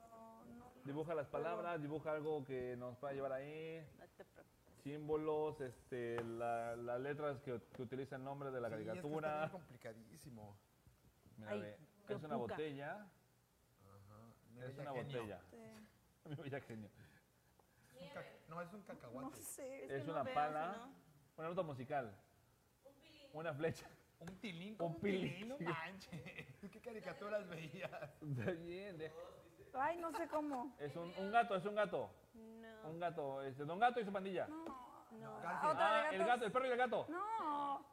Speaker 6: no.
Speaker 1: Dibuja las palabras, dibuja algo que nos pueda llevar ahí,
Speaker 4: No te preocupes.
Speaker 1: símbolos, este, la- las letras que, que utiliza el nombre de la
Speaker 8: Sí, es que está
Speaker 1: caricatura.
Speaker 8: bien complicadísimo.
Speaker 1: Mira,
Speaker 4: Ay,
Speaker 1: ve,
Speaker 4: qué
Speaker 1: es una
Speaker 4: puca.
Speaker 1: botella,
Speaker 8: Mi
Speaker 1: es
Speaker 8: bella
Speaker 1: una
Speaker 8: genio.
Speaker 1: botella. [LAUGHS]
Speaker 6: sé.
Speaker 1: Mi bella genio.
Speaker 8: Es un cac- No, es un cacahuate.
Speaker 6: No sé.
Speaker 4: que
Speaker 1: Es
Speaker 4: no
Speaker 1: una
Speaker 4: veo,
Speaker 1: pala,
Speaker 4: si no.
Speaker 1: una nota musical, una flecha. [LAUGHS]
Speaker 8: Un tilín.
Speaker 1: Un
Speaker 8: Un tilín,
Speaker 1: pilín.
Speaker 8: no manches. [LAUGHS] ¿Qué caricaturas veías?
Speaker 1: Está bien, de-
Speaker 6: Ay, no sé cómo.
Speaker 1: es un, un gato, es un gato.
Speaker 4: No,
Speaker 1: Un gato, este, Don Gato y su pandilla.
Speaker 4: no.
Speaker 6: Ah,
Speaker 1: Ah,
Speaker 6: otra de
Speaker 1: el gato,
Speaker 6: gatos.
Speaker 1: el perro y el gato.
Speaker 6: No.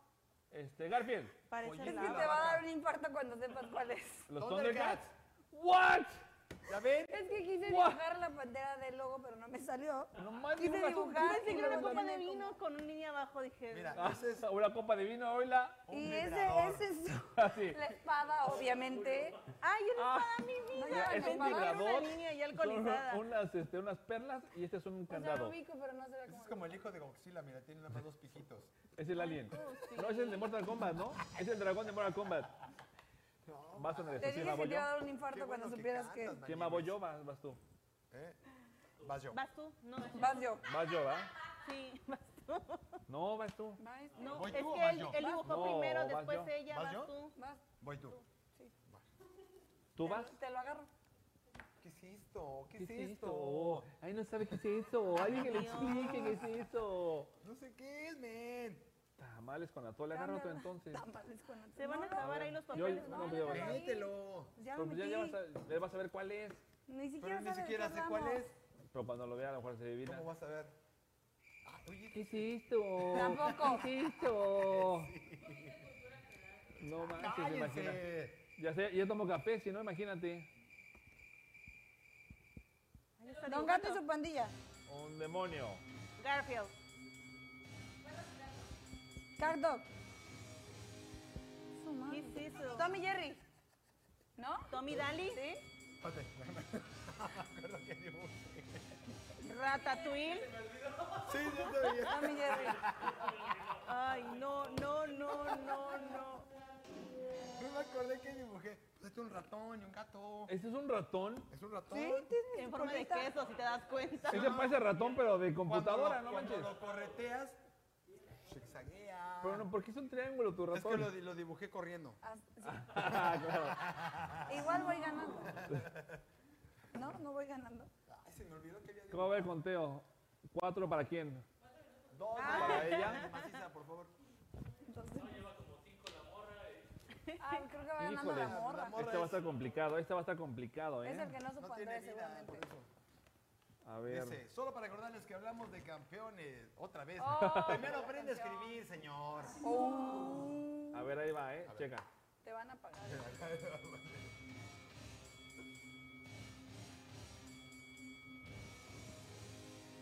Speaker 1: Este, Garfield,
Speaker 4: Parece
Speaker 6: Es que
Speaker 4: la-
Speaker 6: te va a dar un infarto cuando sepas cuál es.
Speaker 1: los
Speaker 8: Thundercats.
Speaker 1: Thundercats. ¿What?
Speaker 8: ¿Ya ven?
Speaker 6: Es que quise
Speaker 1: Buah.
Speaker 6: dibujar la pantera del logo, pero no me salió.
Speaker 1: No más
Speaker 6: Quise
Speaker 1: dibujas un-
Speaker 6: dibujar
Speaker 4: Pensé que era una
Speaker 6: luego
Speaker 4: copa
Speaker 6: no
Speaker 4: de
Speaker 6: me
Speaker 4: vino con un niño abajo, dije.
Speaker 8: Mira,
Speaker 1: Ah,
Speaker 8: ese es
Speaker 1: una copa de vino, hola.
Speaker 6: como.
Speaker 8: un
Speaker 6: Y ese,
Speaker 8: vibrador.
Speaker 6: ese es
Speaker 1: [LAUGHS] Así.
Speaker 6: la espada, obviamente.
Speaker 4: ¡Ay, una
Speaker 1: Ah.
Speaker 4: espada, mi vida!
Speaker 6: No, ya,
Speaker 4: Pensé
Speaker 6: es
Speaker 4: que
Speaker 6: un
Speaker 4: era una
Speaker 1: vibrador.
Speaker 4: niña ya
Speaker 1: Son
Speaker 4: alcoholizada.
Speaker 1: unas, este, unas perlas y este es un
Speaker 6: O sea, lo
Speaker 1: candado.
Speaker 6: ubico, pero no se ve
Speaker 8: Ese es
Speaker 6: cómo.
Speaker 8: como el hijo de Godzilla, mira, tiene nada más dos piquitos.
Speaker 1: Es el alien. No, es el de Mortal Kombat, ¿no? Es el dragón de Mortal Kombat. Vas a
Speaker 6: Te
Speaker 1: ¿Quién
Speaker 6: dije
Speaker 1: más
Speaker 6: que
Speaker 1: voy
Speaker 6: te
Speaker 1: yo?
Speaker 6: iba a dar un
Speaker 8: Qué
Speaker 6: infarto
Speaker 8: bueno
Speaker 6: cuando
Speaker 8: que
Speaker 6: supieras que.
Speaker 8: cantas,
Speaker 1: ¿Quién más voy yo? Vas, vas tú.
Speaker 8: ¿Eh? Vas yo.
Speaker 4: ¿Vas tú? No,
Speaker 6: Vas yo.
Speaker 1: Vas yo, ¿va?
Speaker 4: sí, vas tú.
Speaker 1: No, vas tú.
Speaker 6: Va este.
Speaker 4: No,
Speaker 8: ¿Voy
Speaker 4: es
Speaker 8: tú o
Speaker 4: que
Speaker 8: vas
Speaker 4: él,
Speaker 8: yo?
Speaker 4: él dibujó
Speaker 1: No,
Speaker 4: primero,
Speaker 1: vas
Speaker 4: después
Speaker 1: yo.
Speaker 4: ella,
Speaker 8: ¿Vas
Speaker 4: vas
Speaker 8: yo?
Speaker 4: tú.
Speaker 6: Vas.
Speaker 8: Voy tú.
Speaker 1: ¿Tú vas?
Speaker 6: Te lo agarro.
Speaker 8: ¿Qué es esto? ¿Qué, es
Speaker 1: es
Speaker 8: esto?
Speaker 1: Ay, no sabe qué es eso. Alguien que le explique qué es eso.
Speaker 8: No sé qué es, men.
Speaker 1: Tamales con atole, agarra otro entonces.
Speaker 6: Tamales con la-
Speaker 4: Se van a
Speaker 6: No, no,
Speaker 4: acabar ahí los
Speaker 1: Yo,
Speaker 4: papeles.
Speaker 1: no, pues ya va.
Speaker 6: Ahí.
Speaker 8: Mételo.
Speaker 6: Ya lo
Speaker 1: Pero pues ya,
Speaker 6: metí.
Speaker 1: ya vas a, ya vas a ver cuál es.
Speaker 6: Ni siquiera
Speaker 8: Pero ni
Speaker 6: sabes de
Speaker 8: siquiera
Speaker 6: qué
Speaker 8: sé cuál
Speaker 6: hablamos.
Speaker 8: es.
Speaker 1: Pero cuando lo vea, a lo mejor se adivina.
Speaker 8: ¿Cómo vas a ver? Ah,
Speaker 1: ¿Qué es esto?
Speaker 6: Tampoco.
Speaker 1: ¿Qué es esto? No manches, imagínate. Ya, sé, ya tomo café, si no, imagínate.
Speaker 6: Don Gato y su pandilla.
Speaker 1: Un demonio.
Speaker 4: Garfield.
Speaker 6: Car Dog.
Speaker 4: ¿Qué es eso?
Speaker 6: Tommy Jerry. ¿No?
Speaker 4: Tommy Daly. Sí. Ratatouille.
Speaker 3: Sí, yo te veía.
Speaker 6: Tommy Jerry.
Speaker 4: Ay, no, no, no, no, no.
Speaker 3: No me acordé que dibujé. Pues es un ratón y un gato.
Speaker 1: ¿Este es un ratón?
Speaker 3: Es un ratón.
Speaker 6: Sí, tiene
Speaker 4: En
Speaker 6: su
Speaker 4: forma de
Speaker 6: colita.
Speaker 4: queso, si te das cuenta.
Speaker 1: Ese parece ratón, pero de
Speaker 3: Cuando
Speaker 1: computadora,
Speaker 3: lo-
Speaker 1: no
Speaker 3: cuando
Speaker 1: manches.
Speaker 3: lo correteas, zigzaguea.
Speaker 1: Pero no, ¿por qué es un triángulo tu
Speaker 3: es que
Speaker 1: [LAUGHS]
Speaker 3: lo,
Speaker 1: ratón?
Speaker 3: di- lo dibujé corriendo.
Speaker 6: Ah, sí. Igual voy ganando. No, no voy ganando.
Speaker 3: Ay, se me olvidó que había
Speaker 1: ¿Cómo va el conteo? ¿Cuatro para quién?
Speaker 3: dos.
Speaker 1: ¿Para ella?
Speaker 3: Maciza, por favor.
Speaker 6: Entonces. [LAUGHS] Ay, creo que va ganando
Speaker 1: Híjole.
Speaker 6: la morra.
Speaker 3: La morra
Speaker 1: Este va a
Speaker 3: es-
Speaker 1: estar complicado, este va a estar complicado,
Speaker 6: Es el
Speaker 1: ¿eh?
Speaker 6: que no supo
Speaker 3: No tiene
Speaker 6: Andrés,
Speaker 3: vida,
Speaker 6: seguramente.
Speaker 3: por eso.
Speaker 1: A ver.
Speaker 3: Dice, solo para recordarles que hablamos de campeones. Otra vez.
Speaker 6: Oh,
Speaker 3: [LAUGHS] Primero
Speaker 6: qué
Speaker 3: aprende a
Speaker 6: canción.
Speaker 3: escribir, señor.
Speaker 6: Oh,
Speaker 1: A ver, ahí va, ¿eh? Checa.
Speaker 6: te van a pagar.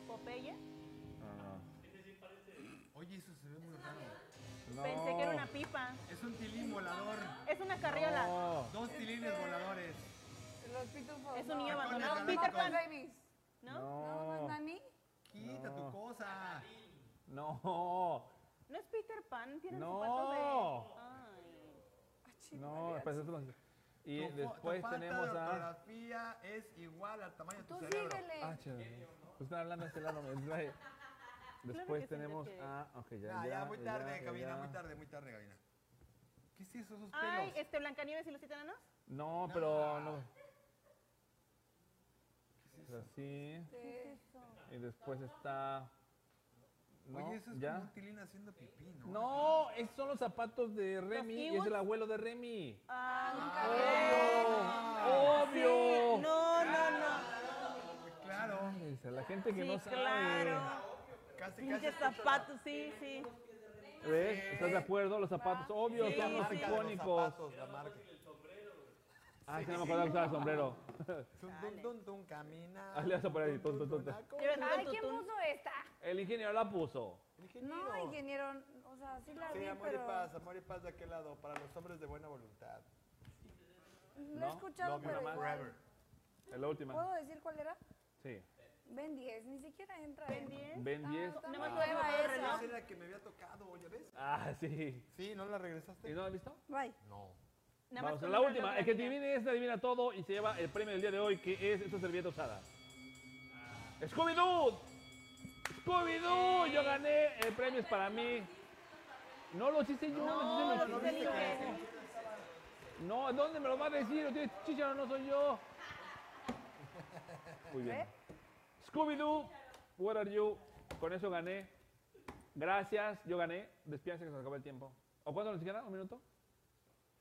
Speaker 4: Popeye.
Speaker 3: Oye, eso se ve muy raro.
Speaker 1: No.
Speaker 4: Pensé que era una pipa.
Speaker 3: Es un tilín volador.
Speaker 4: Es una carriola.
Speaker 1: No.
Speaker 3: Dos tilines voladores.
Speaker 6: Los pitufos.
Speaker 4: Es un niño
Speaker 6: no.
Speaker 4: abandonado.
Speaker 6: No,
Speaker 4: Peter
Speaker 6: Marco
Speaker 4: Pan.
Speaker 6: Davis.
Speaker 4: ¿No? ¿No,
Speaker 6: No, no,
Speaker 1: No.
Speaker 6: Nani.
Speaker 3: Quita tu cosa.
Speaker 1: No.
Speaker 4: es Peter Pan? Tiene
Speaker 1: No.
Speaker 4: zapatos de... Ay.
Speaker 6: Ah, chin,
Speaker 1: No,
Speaker 6: María.
Speaker 1: pues, eso lo- Y
Speaker 3: Tu fo-
Speaker 1: después
Speaker 3: tu falta
Speaker 1: tenemos
Speaker 3: de
Speaker 1: a.
Speaker 3: ortografía es igual al tamaño de tu
Speaker 6: Tú
Speaker 3: cerebro.
Speaker 6: síguele.
Speaker 1: Ah, chévere. Pues están hablando este lado. me trae. Después
Speaker 4: que sí,
Speaker 1: tenemos
Speaker 4: porque-
Speaker 1: a. Ok, ya.
Speaker 3: Ah, ya, muy tarde,
Speaker 1: ya,
Speaker 3: Gabina,
Speaker 1: ya.
Speaker 3: muy tarde, muy tarde, Gabina. ¿Qué es eso, esos pelos?
Speaker 4: Ay, este Blancanieves y los siete enanos.
Speaker 1: No, pero no. Es Pues así.
Speaker 6: Sí.
Speaker 1: Y después está. No,
Speaker 3: Oye, eso es como
Speaker 1: ya.
Speaker 3: un tilín haciendo pipí, ¿no?
Speaker 1: No, esos son los zapatos de Remy y es
Speaker 4: kiwis?
Speaker 1: el abuelo de Remy.
Speaker 4: Ah,
Speaker 3: Ah.
Speaker 1: ¡Obvio!
Speaker 4: sí. No, no, no.
Speaker 3: Pues claro.
Speaker 1: Dice, La gente que
Speaker 4: Sí,
Speaker 1: no
Speaker 4: claro.
Speaker 3: Casi, casi.
Speaker 4: Pinches zapatos, sí, sí.
Speaker 1: sabe. ¿Ves? ¿Estás de acuerdo? Los zapatos, obvio,
Speaker 4: Sí,
Speaker 1: son los
Speaker 4: sí.
Speaker 1: icónicos.
Speaker 3: la marca.
Speaker 1: Ah, sí, no me acuerdo que usaba el sombrero.
Speaker 3: Tum, tum, tum, tum, camina.
Speaker 1: Ah, le vas a poner ahí,
Speaker 3: Tum,
Speaker 1: tum,
Speaker 3: tum,
Speaker 1: tum,
Speaker 3: tum,
Speaker 1: tum.
Speaker 3: tum.
Speaker 4: Llevan
Speaker 6: Ay,
Speaker 4: un
Speaker 6: ¿quién
Speaker 4: tutún.
Speaker 6: puso esta?
Speaker 1: El ingeniero la puso.
Speaker 6: No, ingeniero, o sea, sí la
Speaker 3: Sí,
Speaker 6: vi,
Speaker 3: amor y
Speaker 6: pero
Speaker 3: paz, amor y paz de aquel lado, para los hombres de buena voluntad.
Speaker 6: no he
Speaker 1: No,
Speaker 6: escuchado,
Speaker 1: Love You
Speaker 6: pero
Speaker 1: Nada Más.
Speaker 6: igual.
Speaker 1: Es la última.
Speaker 6: ¿Puedo decir cuál era?
Speaker 1: Sí.
Speaker 6: Ben 10, ni siquiera entra.
Speaker 4: Ben 10.
Speaker 1: Ben 10.
Speaker 6: Ah,
Speaker 4: Nada
Speaker 6: no,
Speaker 4: más lo
Speaker 6: nueva
Speaker 4: veo el
Speaker 6: esa.
Speaker 4: reloj.
Speaker 3: Esa es la que me había tocado, ¿ya ves?
Speaker 1: Ah, sí.
Speaker 3: Sí, ¿no la
Speaker 1: ¿Y
Speaker 3: regresaste?
Speaker 1: no lo has visto?
Speaker 6: Bye.
Speaker 3: No.
Speaker 4: Nada más
Speaker 1: Vamos a
Speaker 4: con
Speaker 1: la
Speaker 4: un
Speaker 1: última.
Speaker 4: reloj
Speaker 1: El que
Speaker 4: de
Speaker 1: adivine este adivina todo y se lleva el premio del día de hoy, que es esta servilleta usada. ¡Scooby-Doo! ¡Scooby-Doo! Yo gané. El premio es para mí. No lo hice yo.
Speaker 4: No,
Speaker 1: lo hice
Speaker 4: los
Speaker 1: mi-
Speaker 4: de Libre.
Speaker 1: No, ¿dónde me lo va a decir? Usted chicharo, no soy yo. Muy
Speaker 4: ¿Eh?
Speaker 1: bien. Scooby-Doo, where are you? Con eso gané. Gracias, yo gané. Despídense que se acabó el tiempo. ¿O cuánto nos queda? ¿Un minuto?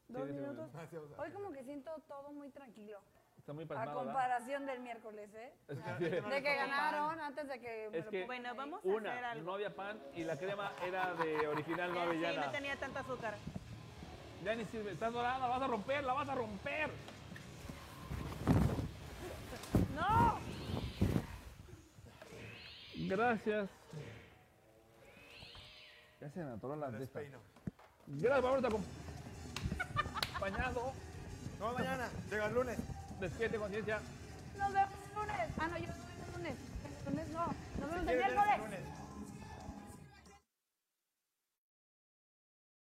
Speaker 6: Dos
Speaker 1: Sí, sí,
Speaker 6: minutos.
Speaker 1: sí.
Speaker 6: Hoy como que siento todo muy tranquilo.
Speaker 1: Está muy
Speaker 6: A
Speaker 1: pasmado, ¿verdad?
Speaker 6: comparación del miércoles, ¿eh?
Speaker 4: Pues,
Speaker 1: Es que,
Speaker 6: De que ganaron antes de que me
Speaker 1: Es
Speaker 6: lo
Speaker 1: que-
Speaker 6: pongan
Speaker 4: Bueno,
Speaker 6: ahí.
Speaker 4: vamos a hacer
Speaker 1: una,
Speaker 4: algo.
Speaker 1: no había pan y la crema era de original, no
Speaker 4: Sí, no
Speaker 1: avellana.
Speaker 4: tenía tanta azúcar.
Speaker 1: Ya ni sirve, estás dorada, la vas a romper, la vas a romper.
Speaker 4: ¡No!
Speaker 1: Gracias. Ya se me atoró la de esta.
Speaker 3: Despeino.
Speaker 1: Gracias por habernos acompañado.
Speaker 3: No, mañana, llega el lunes.
Speaker 1: Despierte conciencia.
Speaker 6: Nos vemos el lunes. Ah, no, yo estoy el lunes. El lunes no. Nos vemos
Speaker 3: ¿Quieres
Speaker 6: el
Speaker 3: ver
Speaker 6: miércoles.
Speaker 3: el lunes?